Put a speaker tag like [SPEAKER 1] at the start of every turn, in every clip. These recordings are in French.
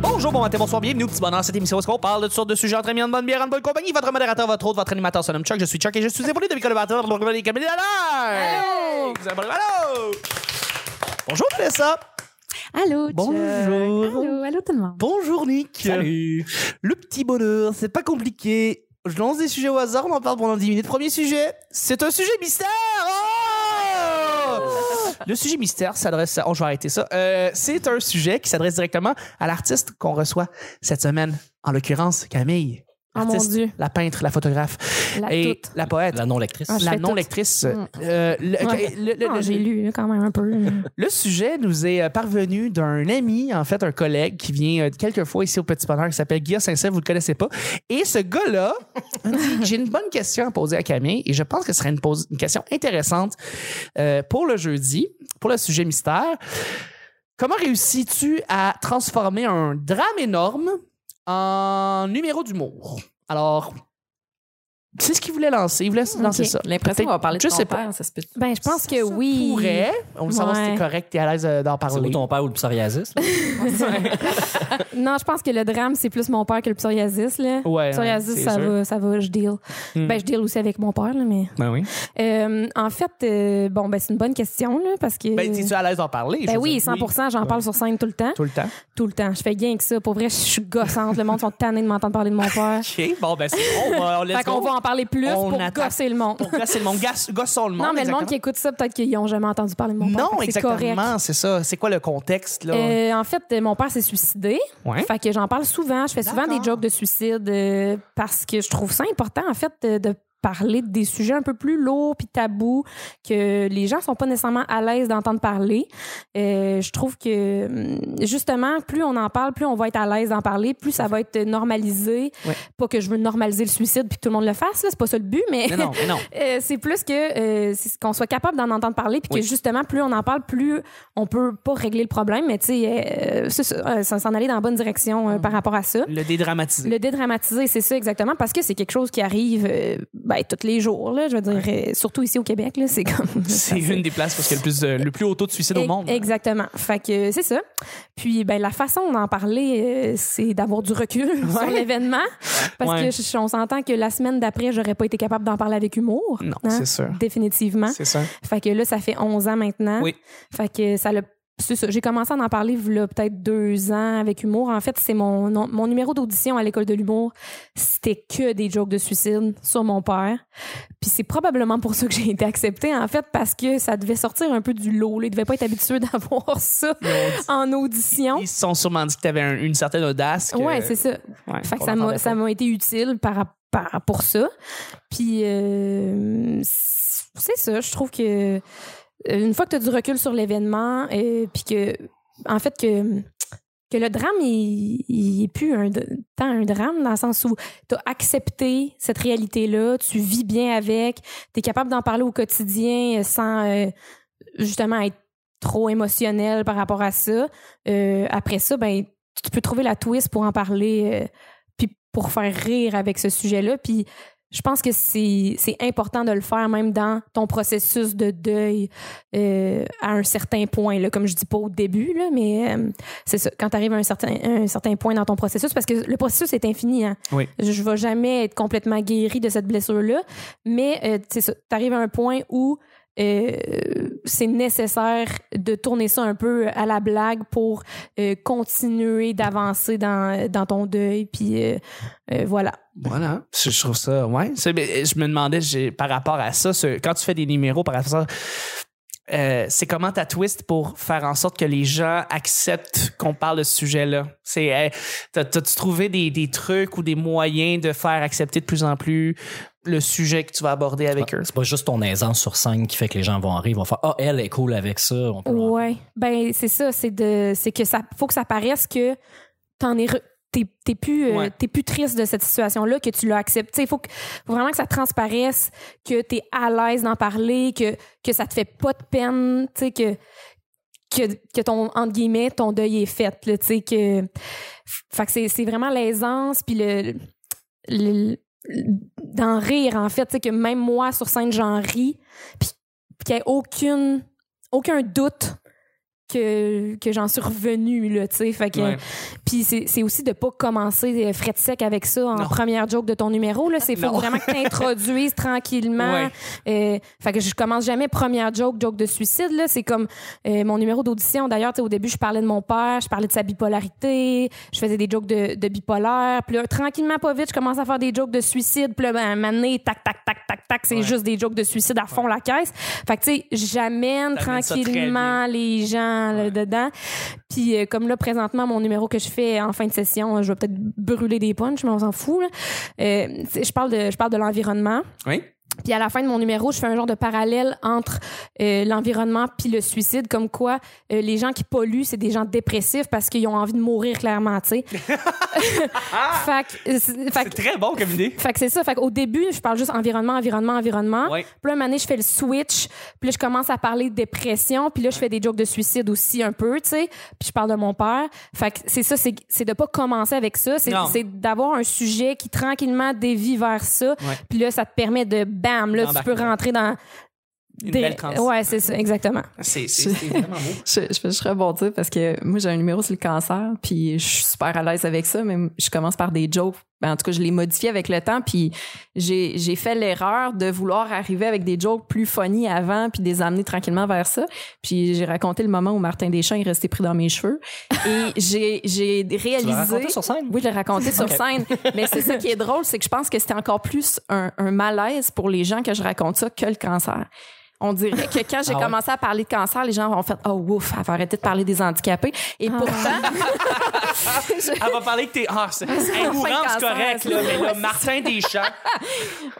[SPEAKER 1] Bonjour, bon matin, bonsoir, bienvenue au petit bonheur. Cette émission où on parle de toutes sortes de sujets entre amis, en bonne bière, en bonne compagnie. Votre modérateur, votre hôte, votre animateur se nomme Chuck. Je suis Chuck et je suis épaulé de mes collaborateurs. Vous avez Allô! Bonjour, Vanessa.
[SPEAKER 2] Allô, Chuck.
[SPEAKER 1] Bonjour.
[SPEAKER 2] Allô, allô tout le monde.
[SPEAKER 3] Bonjour Nick.
[SPEAKER 1] Salut.
[SPEAKER 3] Le petit bonheur, c'est pas compliqué. Je lance des sujets au hasard, on en parle pendant 10 minutes. Premier sujet, c'est un sujet mystère. Oh
[SPEAKER 1] Le sujet mystère s'adresse à. Oh, je vais arrêter ça. Euh, c'est un sujet qui s'adresse directement à l'artiste qu'on reçoit cette semaine. En l'occurrence, Camille.
[SPEAKER 2] Oh mon
[SPEAKER 1] Artiste,
[SPEAKER 2] Dieu.
[SPEAKER 1] la peintre, la photographe
[SPEAKER 2] La
[SPEAKER 1] et
[SPEAKER 2] toute.
[SPEAKER 1] la poète.
[SPEAKER 4] La non-lectrice.
[SPEAKER 2] Ah, je
[SPEAKER 1] la
[SPEAKER 2] fais tout.
[SPEAKER 1] non-lectrice.
[SPEAKER 2] Mm.
[SPEAKER 1] Euh, le-
[SPEAKER 2] Ouais.
[SPEAKER 1] le- le-
[SPEAKER 2] Ah,
[SPEAKER 1] le-
[SPEAKER 2] J'ai lu là, quand même un peu.
[SPEAKER 1] le sujet nous est euh, parvenu d'un ami, en fait, un collègue qui vient euh, quelques fois ici au Petit Bonheur, qui s'appelle Guillaume Saint-Cyr, vous le connaissez pas. Et ce gars-là, a dit, j'ai une bonne question à poser à Camille et je pense que ce serait une, pose- une question intéressante euh, pour le jeudi, pour le sujet mystère. Comment réussis-tu à transformer un drame énorme en numéro d'humour? Alors, c'est ce qu'il voulait lancer. Il voulait lancer
[SPEAKER 2] Ok.
[SPEAKER 1] ça.
[SPEAKER 5] L'impression qu'on va parler de
[SPEAKER 1] Je
[SPEAKER 5] ton
[SPEAKER 1] sais pas.
[SPEAKER 5] père, ça se peut.
[SPEAKER 2] Ben, je pense que
[SPEAKER 1] Ça
[SPEAKER 2] oui.
[SPEAKER 1] pourrait. On veut savoir si
[SPEAKER 2] Ouais.
[SPEAKER 1] t'es correct et à l'aise euh, d'en
[SPEAKER 4] C'est
[SPEAKER 1] parler.
[SPEAKER 4] où ton père ou le psoriasis? là?
[SPEAKER 2] Non, je pense que le drame, c'est plus mon père que le psoriasis. Là.
[SPEAKER 1] Ouais,
[SPEAKER 2] Le psoriasis,
[SPEAKER 1] c'est
[SPEAKER 2] ça
[SPEAKER 1] sûr.
[SPEAKER 2] va, ça va, je deal.
[SPEAKER 1] Hmm.
[SPEAKER 2] Ben, je deal aussi avec mon père, là, mais.
[SPEAKER 1] Ben oui.
[SPEAKER 2] Euh, en fait, euh, bon, ben, c'est une bonne question, là, parce que.
[SPEAKER 1] Ben, es-tu à l'aise d'en parler?
[SPEAKER 2] Ben
[SPEAKER 1] Je
[SPEAKER 2] oui,
[SPEAKER 1] veux dire,
[SPEAKER 2] 100 j'en parle sur scène tout le temps.
[SPEAKER 1] Tout le temps.
[SPEAKER 2] Tout le temps. Je fais gain que ça. Pour vrai, je suis gossante. Le monde sont tannés de m'entendre parler de mon père.
[SPEAKER 1] OK, bon, ben c'est bon. On
[SPEAKER 2] Fait qu'on va en parler plus
[SPEAKER 1] On
[SPEAKER 2] pour
[SPEAKER 1] attaque.
[SPEAKER 2] gosser le monde.
[SPEAKER 1] Pour gosser le monde, gasse- gossons le monde.
[SPEAKER 2] Non, mais le monde qui écoute ça, peut-être qu'ils n'ont jamais entendu parler de mon père.
[SPEAKER 1] exactement.
[SPEAKER 2] fait
[SPEAKER 1] Non,
[SPEAKER 2] que c'est correct.
[SPEAKER 1] exactement, c'est ça. C'est quoi le contexte, là?
[SPEAKER 2] Euh, en fait, euh, mon père s'est suicidé.
[SPEAKER 1] Ouais.
[SPEAKER 2] Fait que j'en parle souvent. Je fais souvent des jokes de suicide euh, parce que je trouve ça important, en fait, euh, de, de parler des sujets un peu plus lourds puis tabous que les gens sont pas nécessairement à l'aise d'entendre parler. Euh, je trouve que hum, justement, plus on en parle, plus on va être à l'aise d'en parler, plus ça va être normalisé.
[SPEAKER 1] Ouais.
[SPEAKER 2] Pas que je veux normaliser le suicide puis que tout le monde le fasse, là, c'est pas ça le but, mais
[SPEAKER 1] Mais non, mais non.
[SPEAKER 2] euh, c'est plus que euh, c'est qu'on soit capable d'en entendre parler, puis
[SPEAKER 1] Oui.
[SPEAKER 2] que justement, plus on en parle, plus on peut pas régler le problème, mais tu sais, euh, c'est ça, euh, s'en s'en aller dans la bonne direction euh, par rapport à ça.
[SPEAKER 1] Le dédramatiser.
[SPEAKER 2] Le dédramatiser, c'est ça exactement, parce que c'est quelque chose qui arrive euh, ben, tous les jours, là, je veux dire, euh, surtout ici au Québec, là, c'est comme...
[SPEAKER 1] C'est une des places parce qu'il y a le plus, euh, le plus haut taux de suicide au
[SPEAKER 2] E-
[SPEAKER 1] monde. hein.
[SPEAKER 2] Exactement. Fait que euh, c'est ça. Puis ben la façon d'en parler, euh, c'est d'avoir du recul sur l'événement, parce
[SPEAKER 1] Ouais.
[SPEAKER 2] que je- on s'entend que la semaine d'après, j'aurais pas été capable d'en parler avec humour.
[SPEAKER 1] Non,
[SPEAKER 2] hein,
[SPEAKER 1] c'est sûr.
[SPEAKER 2] Définitivement.
[SPEAKER 1] C'est ça.
[SPEAKER 2] Fait que là, ça fait 11 ans maintenant.
[SPEAKER 1] Oui.
[SPEAKER 2] Fait que ça l'a. C'est ça. J'ai commencé à en parler là, peut-être deux ans avec humour. En fait, c'est mon, non- mon numéro d'audition à l'école de l'humour. C'était que des jokes de suicide sur mon père. Puis c'est probablement pour ça que j'ai été acceptée, en fait, parce que ça devait sortir un peu du lot. là. Ils devaient pas être habitués d'avoir ça en audition.
[SPEAKER 1] Ils se sont sûrement dit que tu avais une certaine audace. que-
[SPEAKER 2] Ouais, c'est ça.
[SPEAKER 1] Ouais,
[SPEAKER 2] Fait que
[SPEAKER 1] on
[SPEAKER 2] ça
[SPEAKER 1] l'entendait
[SPEAKER 2] m'a,
[SPEAKER 1] pas.
[SPEAKER 2] ça m'a été utile par, par, pour ça. Puis, euh, c'est ça, je trouve que euh, une fois que tu as du recul sur l'événement, euh, puis que, en fait, que, que le drame, il il est plus un, d- tant un drame dans le sens où tu as accepté cette réalité-là, tu vis bien avec, tu es capable d'en parler au quotidien euh, sans euh, justement être trop émotionnel par rapport à ça. Euh, après ça, ben, tu peux trouver la twist pour en parler, euh, puis pour faire rire avec ce sujet-là. Puis je pense que c'est c'est important de le faire même dans ton processus de deuil euh, à un certain point. Là, comme je dis pas au début, là, mais euh, c'est ça, quand tu arrives à un certain, un certain point dans ton processus, parce que le processus est infini. Hein.
[SPEAKER 1] Oui.
[SPEAKER 2] Je ne vais jamais être complètement guéri de cette blessure-là, mais euh, c'est ça, tu arrives à un point où euh, c'est nécessaire de tourner ça un peu à la blague pour euh, continuer d'avancer dans, dans ton deuil. Puis euh, euh, voilà.
[SPEAKER 1] Voilà. Je je trouve Ben, ça, ouais. C'est- mais euh, Je me demandais, j'ai- par rapport à ça, ce- quand tu fais des numéros, par rapport à ça, euh, c'est comment ta twist pour faire en sorte que les gens acceptent qu'on parle de ce sujet-là? C'est, euh, t'as- t'as-tu trouvé des, des trucs ou des moyens de faire accepter de plus en plus le sujet que tu vas aborder avec eux?
[SPEAKER 4] C'est pas juste ton aisance sur scène qui fait que les gens vont arriver. Ils vont faire Ah, elle est cool avec ça. On peut l'en-
[SPEAKER 2] Ouais. Ben c'est ça, c'est de c'est que ça faut que ça paraisse que t'en es re- t'es t'es plus euh,
[SPEAKER 1] Ouais.
[SPEAKER 2] t'es plus triste de cette situation là que tu l'as acceptée. Faut, que- faut vraiment que ça transparaisse, que t'es à l'aise d'en parler, que que ça te fait pas de peine, tu sais que que, que ton entre guillemets ton deuil est fait, là, tu sais que fait que c'est c'est vraiment l'aisance puis le, le- le- d'en rire en fait, tu sais que même moi sur scène j'en ris puis qu'il n'y ait aucune aucun doute que, que j'en suis revenue, là, tu sais. Fait que.
[SPEAKER 1] Ouais.
[SPEAKER 2] Puis c'est c'est aussi de pas commencer euh, fret sec avec ça en première joke de ton numéro, là. C'est faut
[SPEAKER 1] Non.
[SPEAKER 2] vraiment que t'introduises tranquillement. Euh, fait que je commence jamais première joke, joke de suicide, là. C'est comme euh, mon numéro d'audition. D'ailleurs, tu sais, au début, je parlais de mon père, je parlais de sa bipolarité, je faisais des jokes de, de bipolaire. Puis là, tranquillement, pas vite, je commence à faire des jokes de suicide. Puis là, ben, à un moment donné, tac, tac, tac, tac, tac, c'est juste des jokes de suicide à fond la caisse. Fait que, tu sais, j'amène
[SPEAKER 1] T'amènes ça très
[SPEAKER 2] tranquillement les gens là, dedans. Puis euh, comme là, présentement, mon numéro que je fais en fin de session, euh, je vais peut-être brûler des punchs, mais on s'en fout. là. Euh, tu sais, je parle de, je parle de l'environnement.
[SPEAKER 1] Oui.
[SPEAKER 2] Puis à la fin de mon numéro, je fais un genre de parallèle entre euh, l'environnement puis le suicide, comme quoi euh, les gens qui polluent, c'est des gens dépressifs parce qu'ils ont envie de mourir clairement, tu sais. fait que, euh, c'est- fait
[SPEAKER 1] C'est
[SPEAKER 2] que-
[SPEAKER 1] très bon comme idée.
[SPEAKER 2] fait que c'est ça. Fait qu'au début, je parle juste environnement, environnement, environnement.
[SPEAKER 1] Ouais.
[SPEAKER 2] Puis là, un moment donné, je fais le switch. Puis là, je commence à parler de dépression. Puis là, je fais des jokes de suicide aussi un peu, tu sais. Puis je parle de mon père. Fait que c'est ça, c'est c'est de pas commencer avec ça. C'est
[SPEAKER 1] Non.
[SPEAKER 2] c'est d'avoir un sujet qui tranquillement dévie vers ça. Puis là, ça te permet de, bam, là, tu
[SPEAKER 1] D'embarquer.
[SPEAKER 2] peux rentrer dans...
[SPEAKER 1] Une
[SPEAKER 2] des-
[SPEAKER 1] belle transition.
[SPEAKER 2] Ouais, c'est ça, exactement.
[SPEAKER 1] C'est c'est- c'est vraiment beau.
[SPEAKER 5] Je, je peux juste rebondir parce que moi, j'ai un numéro sur le cancer, puis je suis super à l'aise avec ça, mais je commence par des jokes. Ben, En tout cas, je l'ai modifié avec le temps, puis j'ai j'ai fait l'erreur de vouloir arriver avec des jokes plus funny avant, puis de les amener tranquillement vers ça. Puis j'ai raconté le moment où Martin Deschamps est resté pris dans mes cheveux. Et j'ai j'ai
[SPEAKER 4] Tu l'as
[SPEAKER 5] réalisé...
[SPEAKER 4] raconté sur scène?
[SPEAKER 5] Oui, je l'ai raconté sur
[SPEAKER 4] Ok.
[SPEAKER 5] scène. Mais c'est ça qui est drôle, c'est que je pense que c'était encore plus un, un malaise pour les gens que je raconte ça que le cancer. On dirait que quand j'ai
[SPEAKER 4] Ah ouais?
[SPEAKER 5] commencé à parler de cancer, les gens ont fait Oh, ouf, elle va arrêter de parler des handicapés. Et pourtant,
[SPEAKER 1] Elle va parler que t'es. Ah, c'est. Hey, mourant,
[SPEAKER 5] cancer,
[SPEAKER 1] c'est correct,
[SPEAKER 5] c'est
[SPEAKER 1] là.
[SPEAKER 5] ça.
[SPEAKER 1] Mais là, Martin Deschamps.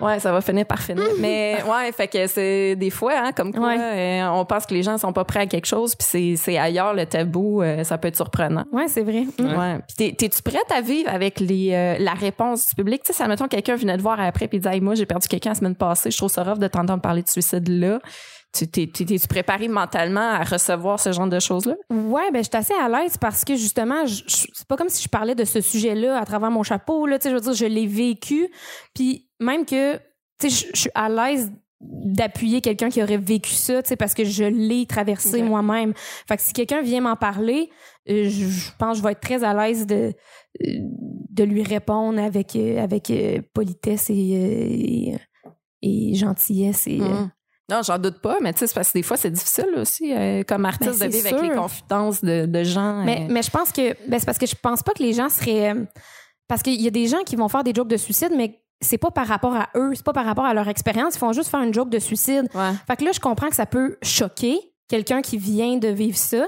[SPEAKER 5] ouais, ça va finir par finir. Mais ouais, fait que c'est des fois, hein, comme quoi,
[SPEAKER 2] Ouais.
[SPEAKER 5] euh, on pense que les gens sont pas prêts à quelque chose, puis c'est- c'est ailleurs le tabou, euh, ça peut être surprenant.
[SPEAKER 2] Ouais, c'est vrai. Mm.
[SPEAKER 5] Ouais. Puis t'es- t'es-tu prête à vivre avec les, euh, la réponse du public? Tu sais, ça mettons quelqu'un venait te voir après puis il dit Hey, moi, j'ai perdu quelqu'un la semaine passée, je trouve ça rough de t'entendre parler de suicide là. Tu t'es- t'es- T'es-tu préparé mentalement à recevoir ce genre de choses-là?
[SPEAKER 2] Ouais, ben je suis assez à l'aise parce que justement, je- je- c'est pas comme si je parlais de ce sujet-là à travers mon chapeau là, tu sais, je veux dire, je l'ai vécu, puis même que tu sais, je- je suis à l'aise d'appuyer quelqu'un qui aurait vécu ça, tu sais, parce que je l'ai traversé
[SPEAKER 5] Ouais.
[SPEAKER 2] moi-même. Fait que si quelqu'un vient m'en parler, euh, je, je pense que je vais être très à l'aise de euh, de lui répondre avec euh, avec euh, politesse et, euh, et et gentillesse et euh,
[SPEAKER 5] Mm. Non, j'en doute pas, mais tu sais, c'est parce que des fois, c'est difficile aussi, euh, comme artiste,
[SPEAKER 2] Ben,
[SPEAKER 5] de
[SPEAKER 2] c'est
[SPEAKER 5] vivre avec
[SPEAKER 2] sûr.
[SPEAKER 5] les confidences de, de gens.
[SPEAKER 2] Mais,
[SPEAKER 5] euh,
[SPEAKER 2] mais je pense que. Ben c'est parce que je pense pas que les gens seraient. euh, Parce qu'il y a des gens qui vont faire des jokes de suicide, mais c'est pas par rapport à eux, c'est pas par rapport à leur expérience. Ils font juste faire une joke de suicide.
[SPEAKER 5] ouais.
[SPEAKER 2] Fait que là, je comprends que ça peut choquer quelqu'un qui vient de vivre ça.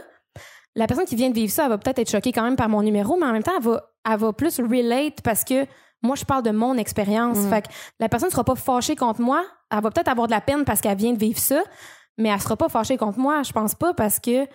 [SPEAKER 2] La personne qui vient de vivre ça, elle va peut-être être choquée quand même par mon numéro, mais en même temps, elle va, elle va plus relate parce que moi, je parle de mon expérience.
[SPEAKER 5] Mm.
[SPEAKER 2] Fait que la personne sera pas fâchée contre moi. Elle va peut-être avoir de la peine parce qu'elle vient de vivre ça, mais elle sera pas fâchée contre moi. Je pense pas parce que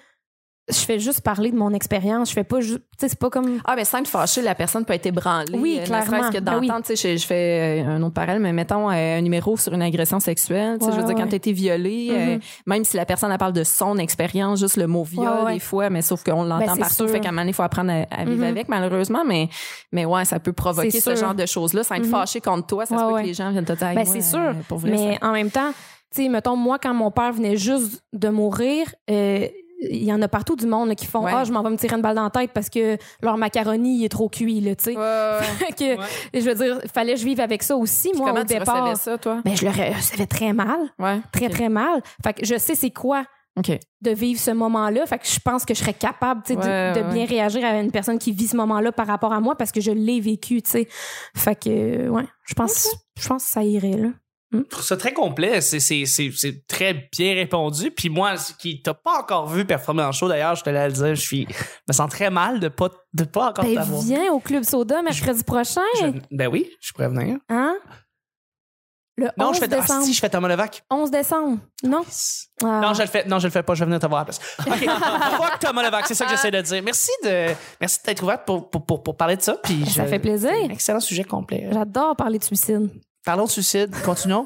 [SPEAKER 2] je fais juste parler de mon expérience. Je fais pas juste. Tu sais, c'est pas comme.
[SPEAKER 5] Ah, mais sans être fâchée, la personne peut être ébranlée.
[SPEAKER 2] Oui,
[SPEAKER 5] euh,
[SPEAKER 2] clairement.
[SPEAKER 5] Ne serait-ce que
[SPEAKER 2] Ben oui.
[SPEAKER 5] d'entendre, tu sais, je, je fais euh, un autre parallèle, mais mettons euh, un numéro sur une agression sexuelle. tu sais, je veux
[SPEAKER 2] Ouais,
[SPEAKER 5] dire,
[SPEAKER 2] ouais.
[SPEAKER 5] quand tu été violée, euh,
[SPEAKER 2] Mhm.
[SPEAKER 5] même si la personne, elle parle de son expérience, juste le mot viol,
[SPEAKER 2] Ouais, ouais.
[SPEAKER 5] des fois, mais sauf qu'on l'entend
[SPEAKER 2] c'est
[SPEAKER 5] partout.
[SPEAKER 2] sûr.
[SPEAKER 5] Fait qu'à un moment donné, il faut apprendre à, à vivre
[SPEAKER 2] Mhm.
[SPEAKER 5] avec, malheureusement. Mais, mais ouais, ça peut provoquer
[SPEAKER 2] C'est
[SPEAKER 5] ce
[SPEAKER 2] sûr.
[SPEAKER 5] genre de choses-là. Sans être
[SPEAKER 2] Mhm.
[SPEAKER 5] fâché contre toi, ça se
[SPEAKER 2] Ouais,
[SPEAKER 5] peut
[SPEAKER 2] ouais.
[SPEAKER 5] que les gens viennent te dire, Hey,
[SPEAKER 2] Ben,
[SPEAKER 5] moi,
[SPEAKER 2] c'est sûr.
[SPEAKER 5] euh, pour vrai,
[SPEAKER 2] mais en même temps, tu sais, mettons, moi, quand mon père venait juste de mourir, euh, il y en a partout du monde là, qui font
[SPEAKER 5] Ouais.
[SPEAKER 2] Ah, je m'en vais me tirer une balle dans la tête parce que leur macaroni il est trop cuit, là, tu sais.
[SPEAKER 5] ça- Ouais, ouais.
[SPEAKER 2] Que, Je veux dire, fallait que je vive avec ça aussi, moi,
[SPEAKER 5] Comment
[SPEAKER 2] au
[SPEAKER 5] tu
[SPEAKER 2] départ.
[SPEAKER 5] recevais ça, toi?
[SPEAKER 2] Ben, je le re- recevais très mal,
[SPEAKER 5] Ouais.
[SPEAKER 2] très, très mal. Fait que je sais c'est quoi
[SPEAKER 5] OK.
[SPEAKER 2] de vivre ce moment-là. Fait que je pense que je serais capable tu sais, de-
[SPEAKER 5] Ouais,
[SPEAKER 2] de,
[SPEAKER 5] ouais.
[SPEAKER 2] bien réagir à une personne qui vit ce moment-là par rapport à moi parce que je l'ai vécu, tu sais. Fait que, euh, ouais, je pense, je pense que ça irait, là.
[SPEAKER 1] Je trouve ça très complet. C'est- C'est c'est- c'est très bien répondu. Puis moi, ce qui t'a pas encore vu performer en show, d'ailleurs, je te l'ai dire, je suis, je me sens très mal de pas, de pas encore
[SPEAKER 2] Ben,
[SPEAKER 1] t'avoir.
[SPEAKER 2] viens au Club Soda mercredi prochain,
[SPEAKER 1] Je- ben oui, je pourrais venir.
[SPEAKER 2] hein? Le
[SPEAKER 1] Non,
[SPEAKER 2] 11
[SPEAKER 1] je fais, ah,
[SPEAKER 2] décembre.
[SPEAKER 1] si, je fais Thomas Levac.
[SPEAKER 2] 11 décembre, non? Ah.
[SPEAKER 1] Non, je le fais, non, je le fais pas, je vais venir te voir à la place. OK. Fuck Thomas Levac, c'est ça que j'essaie de dire. Merci de, merci de t'être ouverte pour, pour, pour, pour parler de ça. Puis
[SPEAKER 2] Ben, Ça
[SPEAKER 1] je-
[SPEAKER 2] fait plaisir.
[SPEAKER 1] Excellent sujet complet.
[SPEAKER 2] J'adore parler de suicide.
[SPEAKER 1] Parlons de suicide. Continuons.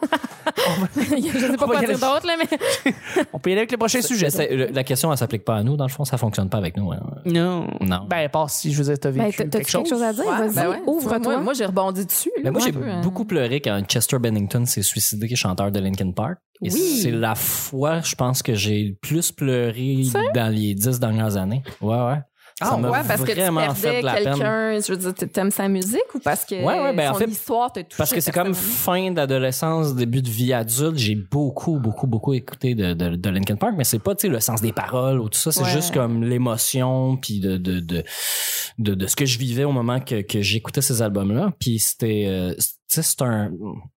[SPEAKER 2] je sais pas
[SPEAKER 1] On va y
[SPEAKER 2] quoi
[SPEAKER 1] aller.
[SPEAKER 2] dire d'autre, là, mais
[SPEAKER 1] On peut y aller avec le prochain sujet.
[SPEAKER 4] C'est- le- la question, elle s'applique pas à nous. Dans le fond, ça fonctionne pas avec nous. hein.
[SPEAKER 1] Non.
[SPEAKER 4] Non.
[SPEAKER 1] Ben, pas si je veux dire, t'as vécu
[SPEAKER 2] Ben, t'as- t'as-tu
[SPEAKER 1] quelque chose.
[SPEAKER 2] quelque chose à dire?
[SPEAKER 5] Ouais,
[SPEAKER 2] Vas-y,
[SPEAKER 5] ben ouais.
[SPEAKER 2] ouvre-toi.
[SPEAKER 5] Moi, moi, j'ai rebondi dessus. là.
[SPEAKER 4] Ben, moi,
[SPEAKER 5] Ouais,
[SPEAKER 4] j'ai
[SPEAKER 5] un peu, hein.
[SPEAKER 4] beaucoup pleuré quand Chester Bennington s'est suicidé, chanteur de Linkin Park. Et
[SPEAKER 2] Oui.
[SPEAKER 4] c'est la fois, je pense, que j'ai le plus pleuré dans les dix dernières années. Ouais, ouais.
[SPEAKER 1] Ah,
[SPEAKER 4] ça m'a
[SPEAKER 5] Ouais, parce que tu
[SPEAKER 4] vraiment
[SPEAKER 5] perdais
[SPEAKER 4] fait de la peine.
[SPEAKER 5] quelqu'un, je veux dire, t- t'aimes sa musique ou parce que
[SPEAKER 4] Ouais, ouais, ben, en
[SPEAKER 5] son
[SPEAKER 4] fait,
[SPEAKER 5] histoire te touche
[SPEAKER 4] Parce que c'est comme fin d'adolescence, début de vie adulte, j'ai beaucoup, beaucoup, beaucoup écouté de, de, de Linkin Park, mais c'est pas tu sais, le sens des paroles ou tout ça, c'est
[SPEAKER 5] Ouais.
[SPEAKER 4] juste comme l'émotion puis de de, de de de ce que je vivais au moment que, que j'écoutais ces albums-là. Puis c'était, euh, tu sais, c'est un,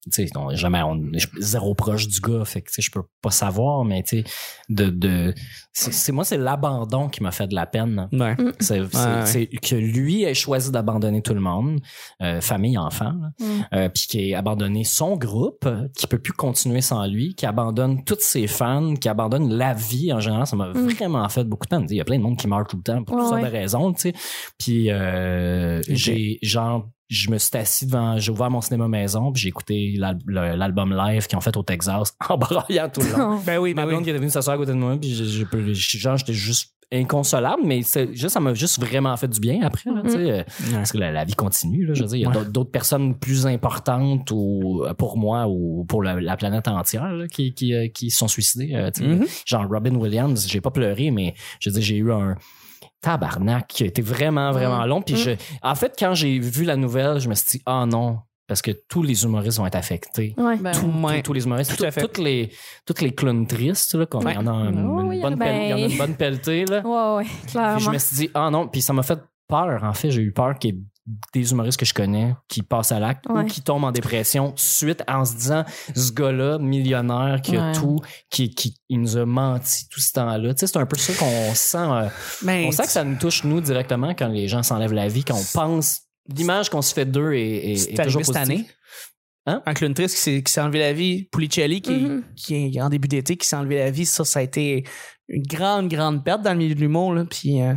[SPEAKER 4] tu sais, on est jamais, on est zéro proche du gars, fait que tu sais, je peux pas savoir, mais tu sais, de de, c'est c'est- moi c'est l'abandon qui m'a fait de la peine.
[SPEAKER 1] Ouais.
[SPEAKER 2] Mm.
[SPEAKER 4] C'est c'est-
[SPEAKER 1] ouais.
[SPEAKER 4] c'est que lui ait choisi d'abandonner tout le monde, euh, famille, enfant, là,
[SPEAKER 2] Mm.
[SPEAKER 4] euh, puis qui ait abandonné son groupe, euh, qui peut plus continuer sans lui, qui abandonne toutes ses fans, qui abandonne la vie en général. Ça m'a vraiment fait beaucoup de peine. Il y a plein de monde qui meurt tout le temps pour
[SPEAKER 2] Mm. Ouais,
[SPEAKER 4] toutes sortes
[SPEAKER 2] ouais.
[SPEAKER 4] de raisons, tu sais. Puis euh, j'ai genre je me suis assis devant, j'ai ouvert mon cinéma maison, puis j'ai écouté l'al- le- l'album live qu'ils ont fait au Texas en braillant tout le long.
[SPEAKER 1] Ben oui,
[SPEAKER 4] Ma
[SPEAKER 1] ben
[SPEAKER 4] blonde
[SPEAKER 1] oui.
[SPEAKER 4] qui est devenue s'asseoir à côté de moi, puis je, je peux- je- genre, j'étais juste inconsolable, mais c'est juste, ça m'a juste vraiment fait du bien après, là, tu sais. euh, Parce que la, la vie continue, là, je veux dire, il y a
[SPEAKER 1] Ouais.
[SPEAKER 4] d'autres- d'autres personnes plus importantes ou, euh, pour moi ou pour la, la planète entière là, qui, qui, euh, qui se sont suicidées. euh, tu sais.
[SPEAKER 1] Mhm.
[SPEAKER 4] Genre Robin Williams, j'ai pas pleuré, mais je veux dire, j'ai eu un tabarnak qui a été vraiment, vraiment long. Puis je, en fait, quand j'ai vu la nouvelle, je me suis dit, ah non, parce que tous les humoristes vont être affectés
[SPEAKER 2] Ouais.
[SPEAKER 5] Ben,
[SPEAKER 1] Tout,
[SPEAKER 4] tous-
[SPEAKER 1] ouais.
[SPEAKER 4] tous les humoristes,
[SPEAKER 1] Tout à
[SPEAKER 4] tout-
[SPEAKER 1] fait.
[SPEAKER 4] toutes les toutes les clowns tristes là, qu'on il y en a une,
[SPEAKER 2] Oh,
[SPEAKER 4] une
[SPEAKER 2] oui,
[SPEAKER 4] bonne
[SPEAKER 2] ben-
[SPEAKER 4] pel- il y en a une bonne pelletée là.
[SPEAKER 2] Ouais, ouais,
[SPEAKER 4] Puis je
[SPEAKER 2] clairement.
[SPEAKER 4] me suis dit ah non, puis ça m'a fait peur en fait, j'ai eu peur qu'il y ait des humoristes que je connais qui passent à l'acte
[SPEAKER 2] Ouais.
[SPEAKER 4] ou qui tombent en dépression suite en se disant ce gars-là millionnaire qui a
[SPEAKER 5] Ouais.
[SPEAKER 4] tout qui, qui il nous a menti tout ce temps-là. Tu sais c'est un peu ça qu'on sent euh,
[SPEAKER 1] Ben,
[SPEAKER 4] on sent que ça nous touche nous directement quand les gens s'enlèvent la vie, quand on pense l'image qu'on se fait d'eux est, est- est
[SPEAKER 1] C'est
[SPEAKER 4] toujours
[SPEAKER 1] arrivé cette
[SPEAKER 4] positive.
[SPEAKER 1] année.
[SPEAKER 4] Hein? Mm-hmm.
[SPEAKER 1] Un clown triste qui s'est- qui s'est enlevé la vie. Pulicelli, qui,
[SPEAKER 2] Mhm.
[SPEAKER 1] qui est en début d'été, qui s'est enlevé la vie. Ça, ça a été une grande, grande perte dans le milieu de l'humour. là. Puis, euh,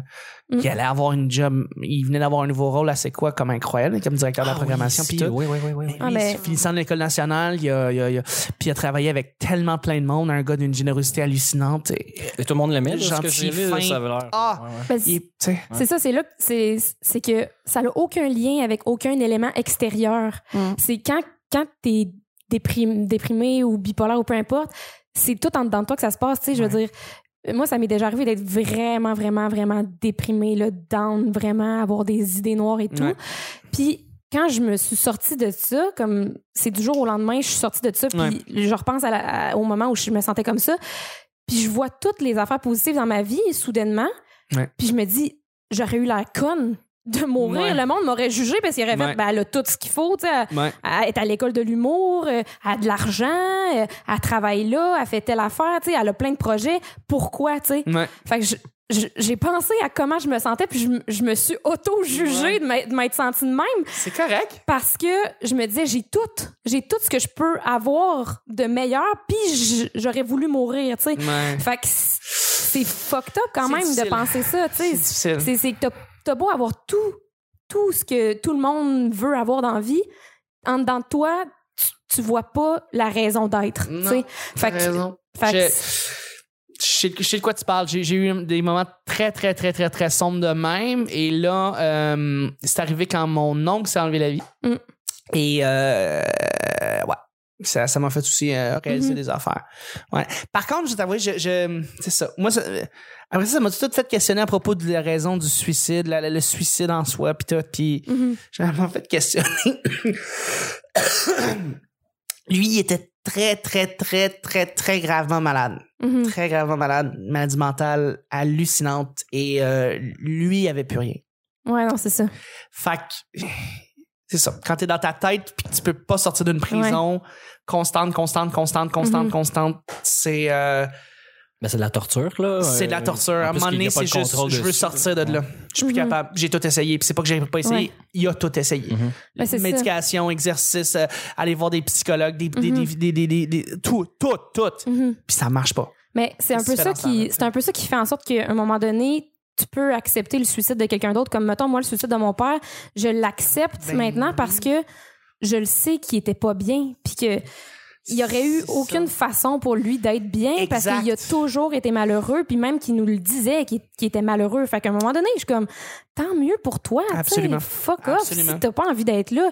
[SPEAKER 2] Mm.
[SPEAKER 1] il allait avoir une job. Il venait d'avoir un nouveau rôle à C'est quoi comme incroyable, comme directeur de la
[SPEAKER 4] Ah oui,
[SPEAKER 1] programmation.
[SPEAKER 4] si,
[SPEAKER 1] puis tout.
[SPEAKER 4] oui, oui, oui, oui, oui.
[SPEAKER 2] Ah,
[SPEAKER 1] Lui,
[SPEAKER 2] mais-
[SPEAKER 1] finissant de l'école nationale, il a, il a- il a- puis il a travaillé avec tellement plein de monde, un gars d'une générosité hallucinante. Et-
[SPEAKER 4] Et tout le monde l'aimait,
[SPEAKER 1] Gentil,
[SPEAKER 4] juste que j'ai lu,
[SPEAKER 1] fin.
[SPEAKER 4] ça avait l'air.
[SPEAKER 1] Ah!
[SPEAKER 4] Ouais, ouais.
[SPEAKER 2] Ben, c'est-
[SPEAKER 1] il- tu sais,
[SPEAKER 2] C'est ça, c'est là que c'est c'est que ça n'a aucun lien avec aucun élément extérieur.
[SPEAKER 5] Mm.
[SPEAKER 2] C'est quand, quand tu es déprimé, déprimé ou bipolaire ou peu importe, c'est tout en dedans de toi que ça se passe. tu sais, Je veux dire, moi, ça m'est déjà arrivé d'être vraiment, vraiment, vraiment déprimé, là, down, vraiment, avoir des idées noires et tout.
[SPEAKER 1] Ouais.
[SPEAKER 2] Puis quand je me suis sortie de ça, comme c'est du jour au lendemain, je suis sortie de ça, puis
[SPEAKER 1] Ouais.
[SPEAKER 2] je repense à la- à- au moment où je me sentais comme ça, puis je vois toutes les affaires positives dans ma vie soudainement,
[SPEAKER 1] Ouais.
[SPEAKER 2] puis je me dis, j'aurais eu la conne de mourir.
[SPEAKER 1] Ouais.
[SPEAKER 2] Le monde m'aurait jugé parce qu'il aurait fait,
[SPEAKER 1] Ouais.
[SPEAKER 2] ben, elle a tout ce qu'il faut, tu sais, elle-
[SPEAKER 1] ouais.
[SPEAKER 2] elle est à l'école de l'humour, euh, elle a de l'argent, euh, elle travaille là, elle fait telle affaire, tu sais, elle a plein de projets. Pourquoi, tu sais?
[SPEAKER 1] Ouais.
[SPEAKER 2] Fait que je- je- j'ai pensé à comment je me sentais, puis je, m- je me suis auto-jugée
[SPEAKER 1] Ouais.
[SPEAKER 2] de m'être- de m'être sentie de même
[SPEAKER 1] C'est correct.
[SPEAKER 2] parce que je me disais, j'ai tout. J'ai tout ce que je peux avoir de meilleur, puis j- j'aurais voulu mourir, tu sais.
[SPEAKER 1] Ouais.
[SPEAKER 2] Fait que c- c'est fucked up
[SPEAKER 1] C'est
[SPEAKER 2] quand même
[SPEAKER 1] difficile.
[SPEAKER 2] de penser ça, tu
[SPEAKER 1] C'est
[SPEAKER 2] sais.
[SPEAKER 1] difficile.
[SPEAKER 2] C'est c'est que t'as- t'as beau avoir tout, tout ce que tout le monde veut avoir dans la vie, en dedans de toi, tu, tu vois pas la raison d'être. tu
[SPEAKER 1] Non,
[SPEAKER 2] sais.
[SPEAKER 1] T'as
[SPEAKER 2] Fait que-
[SPEAKER 1] raison.
[SPEAKER 2] fait que-
[SPEAKER 1] Je- Je sais, je sais de quoi tu parles. J'ai j'ai eu des moments très, très, très, très, très sombres de même. Et là, euh, c'est arrivé quand mon oncle s'est enlevé la vie.
[SPEAKER 2] Mm.
[SPEAKER 1] Et euh, ouais, ça ça m'a fait aussi euh, réaliser
[SPEAKER 2] Mhm.
[SPEAKER 1] des affaires. Ouais. Par contre, je t'avoue, je, je- c'est ça. Moi, ça- euh, après ça, ça m'a tout de fait questionner à propos de la raison du suicide, la- la- le suicide en soi, puis tout. Puis
[SPEAKER 2] Mhm.
[SPEAKER 1] j'ai vraiment fait questionner. Lui, il était très, très, très, très, très gravement malade
[SPEAKER 2] Mhm.
[SPEAKER 1] très gravement malade, maladie mentale hallucinante et euh, lui il avait plus rien.
[SPEAKER 2] Ouais, non, c'est ça.
[SPEAKER 1] Fait que, c'est ça. Quand t'es dans ta tête puis que tu peux pas sortir d'une prison constante, constante, constante, constante,
[SPEAKER 2] Mhm.
[SPEAKER 1] constante, c'est euh,
[SPEAKER 4] Ben, c'est de la torture, là.
[SPEAKER 1] c'est de la
[SPEAKER 4] Euh,
[SPEAKER 1] torture.
[SPEAKER 4] en
[SPEAKER 1] À un
[SPEAKER 4] plus
[SPEAKER 1] moment
[SPEAKER 4] qu'il y
[SPEAKER 1] donné,
[SPEAKER 4] a pas
[SPEAKER 1] c'est
[SPEAKER 4] de
[SPEAKER 1] juste
[SPEAKER 4] contrôle
[SPEAKER 1] je veux
[SPEAKER 4] dessus.
[SPEAKER 1] sortir de là. Je suis plus
[SPEAKER 2] Mhm.
[SPEAKER 1] capable. J'ai tout essayé. Puis c'est pas que j'ai pas essayé.
[SPEAKER 2] Ouais.
[SPEAKER 1] Il a tout essayé.
[SPEAKER 4] Mhm.
[SPEAKER 2] Ben, c'est ça.
[SPEAKER 1] Médication, exercice, euh, aller voir des psychologues, des, des-
[SPEAKER 2] Mhm.
[SPEAKER 1] des- des- des- des- tout, tout, tout.
[SPEAKER 2] Mhm.
[SPEAKER 1] Puis ça marche pas.
[SPEAKER 2] Mais c'est un
[SPEAKER 1] Qu'est-ce
[SPEAKER 2] peu
[SPEAKER 1] que tu
[SPEAKER 2] ça
[SPEAKER 1] fais dans ce temps-là,
[SPEAKER 2] qui c'est un peu ça qui fait en sorte qu'à un moment donné tu peux accepter le suicide de quelqu'un d'autre comme mettons moi le suicide de mon père, je l'accepte
[SPEAKER 1] Ben
[SPEAKER 2] maintenant
[SPEAKER 1] oui.
[SPEAKER 2] parce que je le sais qu'il était pas bien, puis que il y aurait eu
[SPEAKER 1] C'est
[SPEAKER 2] aucune façon pour lui d'être bien parce
[SPEAKER 1] Exact.
[SPEAKER 2] qu'il a toujours été malheureux, puis même qu'il nous le disait qu'il qu'il était malheureux. Fait qu'à un moment donné, je suis comme tant mieux pour toi. tu sais,
[SPEAKER 1] Absolument.
[SPEAKER 2] Fuck off
[SPEAKER 1] Absolument.
[SPEAKER 2] si t'as pas envie d'être là.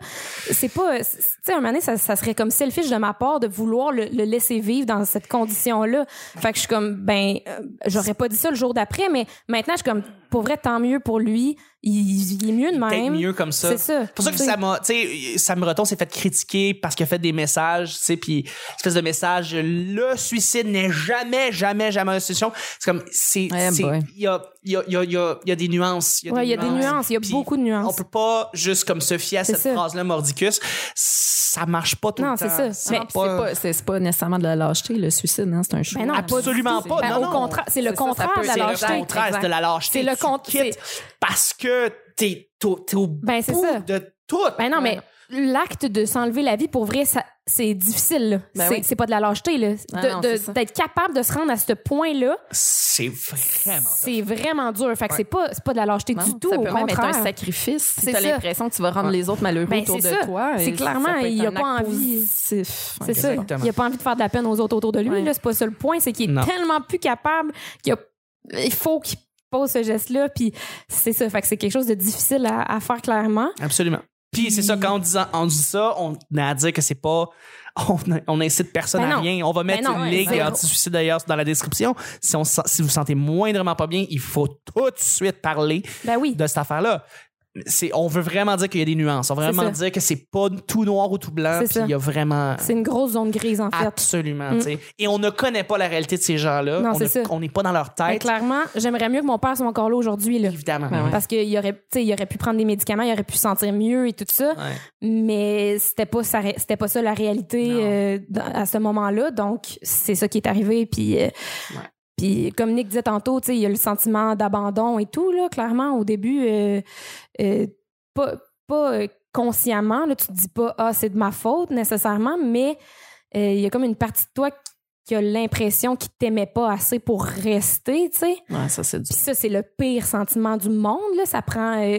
[SPEAKER 2] C'est pas, c'est- tu sais, un moment donné, ça, ça serait comme selfish de ma part de vouloir le, le laisser vivre dans cette condition-là. Fait que je suis comme ben, euh, j'aurais pas dit ça le jour d'après, mais maintenant je suis comme pour vrai tant mieux pour lui. Il, il est mieux de
[SPEAKER 1] Peut-être
[SPEAKER 2] même.
[SPEAKER 1] mieux comme ça.
[SPEAKER 2] C'est ça.
[SPEAKER 1] C'est pour ça que
[SPEAKER 2] Tu sais.
[SPEAKER 1] ça m'a, tu sais, ça me retombe, s'est fait critiquer parce qu'il a fait des messages, tu sais, puis espèce de message, le suicide n'est jamais, jamais, jamais une solution. C'est comme, c'est,
[SPEAKER 5] Ouais,
[SPEAKER 1] c'est-
[SPEAKER 5] boy.
[SPEAKER 1] il y a, il y a, il y a- il y a- il y a des nuances.
[SPEAKER 2] Ouais, il y a des nuances, il y a
[SPEAKER 1] Puis
[SPEAKER 2] beaucoup de
[SPEAKER 1] On
[SPEAKER 2] nuances.
[SPEAKER 1] peut pas juste comme se fier à
[SPEAKER 2] C'est
[SPEAKER 1] cette
[SPEAKER 2] ça.
[SPEAKER 1] phrase-là mordicus. Ça marche pas tout
[SPEAKER 2] Non,
[SPEAKER 1] le temps.
[SPEAKER 2] c'est ça. Mais
[SPEAKER 5] Puis C'est pas, c'est- c'est pas nécessairement de la lâcheté, le suicide, hein, c'est un choix.
[SPEAKER 2] Ben non,
[SPEAKER 1] Absolument
[SPEAKER 2] du tout.
[SPEAKER 1] pas,
[SPEAKER 2] Ben,
[SPEAKER 1] non,
[SPEAKER 2] au
[SPEAKER 1] non.
[SPEAKER 2] contraire, c'est le
[SPEAKER 5] C'est ça, ça
[SPEAKER 2] contraire
[SPEAKER 5] peut-
[SPEAKER 2] de la
[SPEAKER 1] C'est
[SPEAKER 2] lâcheté.
[SPEAKER 1] le contraire c'est de la lâcheté.
[SPEAKER 2] C'est le
[SPEAKER 1] Tu
[SPEAKER 2] contre-
[SPEAKER 1] quittes
[SPEAKER 2] c'est-
[SPEAKER 1] parce que t'es, t'au- t'es au
[SPEAKER 2] Ben, c'est
[SPEAKER 1] bout
[SPEAKER 2] ça.
[SPEAKER 1] de tout.
[SPEAKER 2] Ben non, mais l'acte de s'enlever la vie, pour vrai, ça, c'est difficile. là.
[SPEAKER 5] Ben
[SPEAKER 2] c'est,
[SPEAKER 5] oui.
[SPEAKER 2] c'est pas de la lâcheté. Là.
[SPEAKER 5] Ah
[SPEAKER 2] De-
[SPEAKER 5] non,
[SPEAKER 2] de-
[SPEAKER 5] c'est ça.
[SPEAKER 2] d'être capable de se rendre à ce point-là,
[SPEAKER 1] c'est vraiment.
[SPEAKER 2] c'est vraiment dur. Fait que c'est, pas, c'est pas de la lâcheté
[SPEAKER 5] Non,
[SPEAKER 2] du tout.
[SPEAKER 5] ça
[SPEAKER 2] au
[SPEAKER 5] peut même être
[SPEAKER 2] contraire.
[SPEAKER 5] un sacrifice. Si
[SPEAKER 2] C'est
[SPEAKER 5] t'as
[SPEAKER 2] ça.
[SPEAKER 5] l'impression que tu vas rendre les autres malheureux
[SPEAKER 2] Ben,
[SPEAKER 5] autour de
[SPEAKER 2] c'est ça.
[SPEAKER 5] toi.
[SPEAKER 2] C'est
[SPEAKER 5] et
[SPEAKER 2] clairement,
[SPEAKER 5] ça peut être
[SPEAKER 2] il a
[SPEAKER 5] un
[SPEAKER 2] pas
[SPEAKER 5] acte
[SPEAKER 2] envie.
[SPEAKER 5] positif.
[SPEAKER 2] C'est ça.
[SPEAKER 1] Exactement.
[SPEAKER 2] Il a pas envie de faire de la peine aux autres autour de lui.
[SPEAKER 5] Ouais.
[SPEAKER 2] Là, c'est pas ça le point. C'est qu'il est
[SPEAKER 1] Non.
[SPEAKER 2] tellement plus capable qu'il a- il faut qu'il pose ce geste-là. Puis c'est ça. Fait que c'est quelque chose de difficile à, à faire clairement.
[SPEAKER 1] Absolument. Puis c'est ça, quand on dit, on dit ça, on a à dire que c'est pas. On, on incite personne
[SPEAKER 2] Ben
[SPEAKER 1] à
[SPEAKER 2] non.
[SPEAKER 1] rien. On va mettre
[SPEAKER 2] non,
[SPEAKER 1] une
[SPEAKER 2] ouais,
[SPEAKER 1] ligue
[SPEAKER 2] zéro.
[SPEAKER 1] anti-suicide d'ailleurs dans la description. Si, on, se sent- si vous vous sentez moindrement pas bien, il faut tout de suite parler
[SPEAKER 2] Ben oui.
[SPEAKER 1] de cette affaire-là. C'est, on veut vraiment dire qu'il y a des nuances. On veut
[SPEAKER 2] C'est
[SPEAKER 1] vraiment
[SPEAKER 2] ça.
[SPEAKER 1] dire que c'est pas tout noir ou tout blanc.
[SPEAKER 2] C'est
[SPEAKER 1] Puis
[SPEAKER 2] ça.
[SPEAKER 1] il y a vraiment.
[SPEAKER 2] C'est une grosse zone grise, en fait.
[SPEAKER 1] Absolument.
[SPEAKER 2] Mm.
[SPEAKER 1] tu sais. Et on ne connaît pas la réalité de ces gens-là.
[SPEAKER 2] Non,
[SPEAKER 1] on
[SPEAKER 2] c'est
[SPEAKER 1] ne-
[SPEAKER 2] ça. Ben,
[SPEAKER 1] on n'est pas dans leur
[SPEAKER 2] Mais
[SPEAKER 1] tête.
[SPEAKER 2] clairement, j'aimerais mieux que mon père soit encore là aujourd'hui. Là.
[SPEAKER 1] Évidemment.
[SPEAKER 5] Ben ouais.
[SPEAKER 2] Parce qu'il aurait, tu sais, il aurait pu prendre des médicaments, il aurait pu se sentir mieux et tout ça,
[SPEAKER 1] Ouais.
[SPEAKER 2] mais c'était pas, sa ré- c'était pas ça la réalité
[SPEAKER 1] Non.
[SPEAKER 2] euh, dans- à ce moment-là. Donc, c'est ça qui est arrivé. Puis, euh, puis comme Nick disait tantôt, tu sais, il y a le sentiment d'abandon et tout, là, clairement, au début, euh, euh, pas, pas euh, consciemment, là, tu te dis pas, ah, c'est de ma faute nécessairement, mais euh, il y a comme une partie de toi qui a l'impression qu'il t'aimait pas assez pour rester, tu sais.
[SPEAKER 5] Ouais, ça, c'est
[SPEAKER 2] Puis ça, c'est le pire sentiment du monde. Là. Ça prend euh,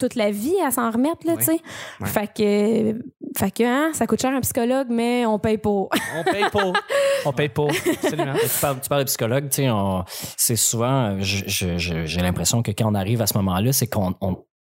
[SPEAKER 2] toute la vie à s'en remettre. Là,
[SPEAKER 1] Oui.
[SPEAKER 2] tu sais.
[SPEAKER 1] Ouais.
[SPEAKER 2] Fait que, fait que hein, ça coûte cher un psychologue, mais on paye pour.
[SPEAKER 1] On paye pas. on paye pas. Absolument.
[SPEAKER 4] Hein, tu parles, tu parles de psychologue, tu sais, on- c'est souvent, euh, je- je- je- j'ai l'impression que quand on arrive à ce moment-là, c'est qu'on, on-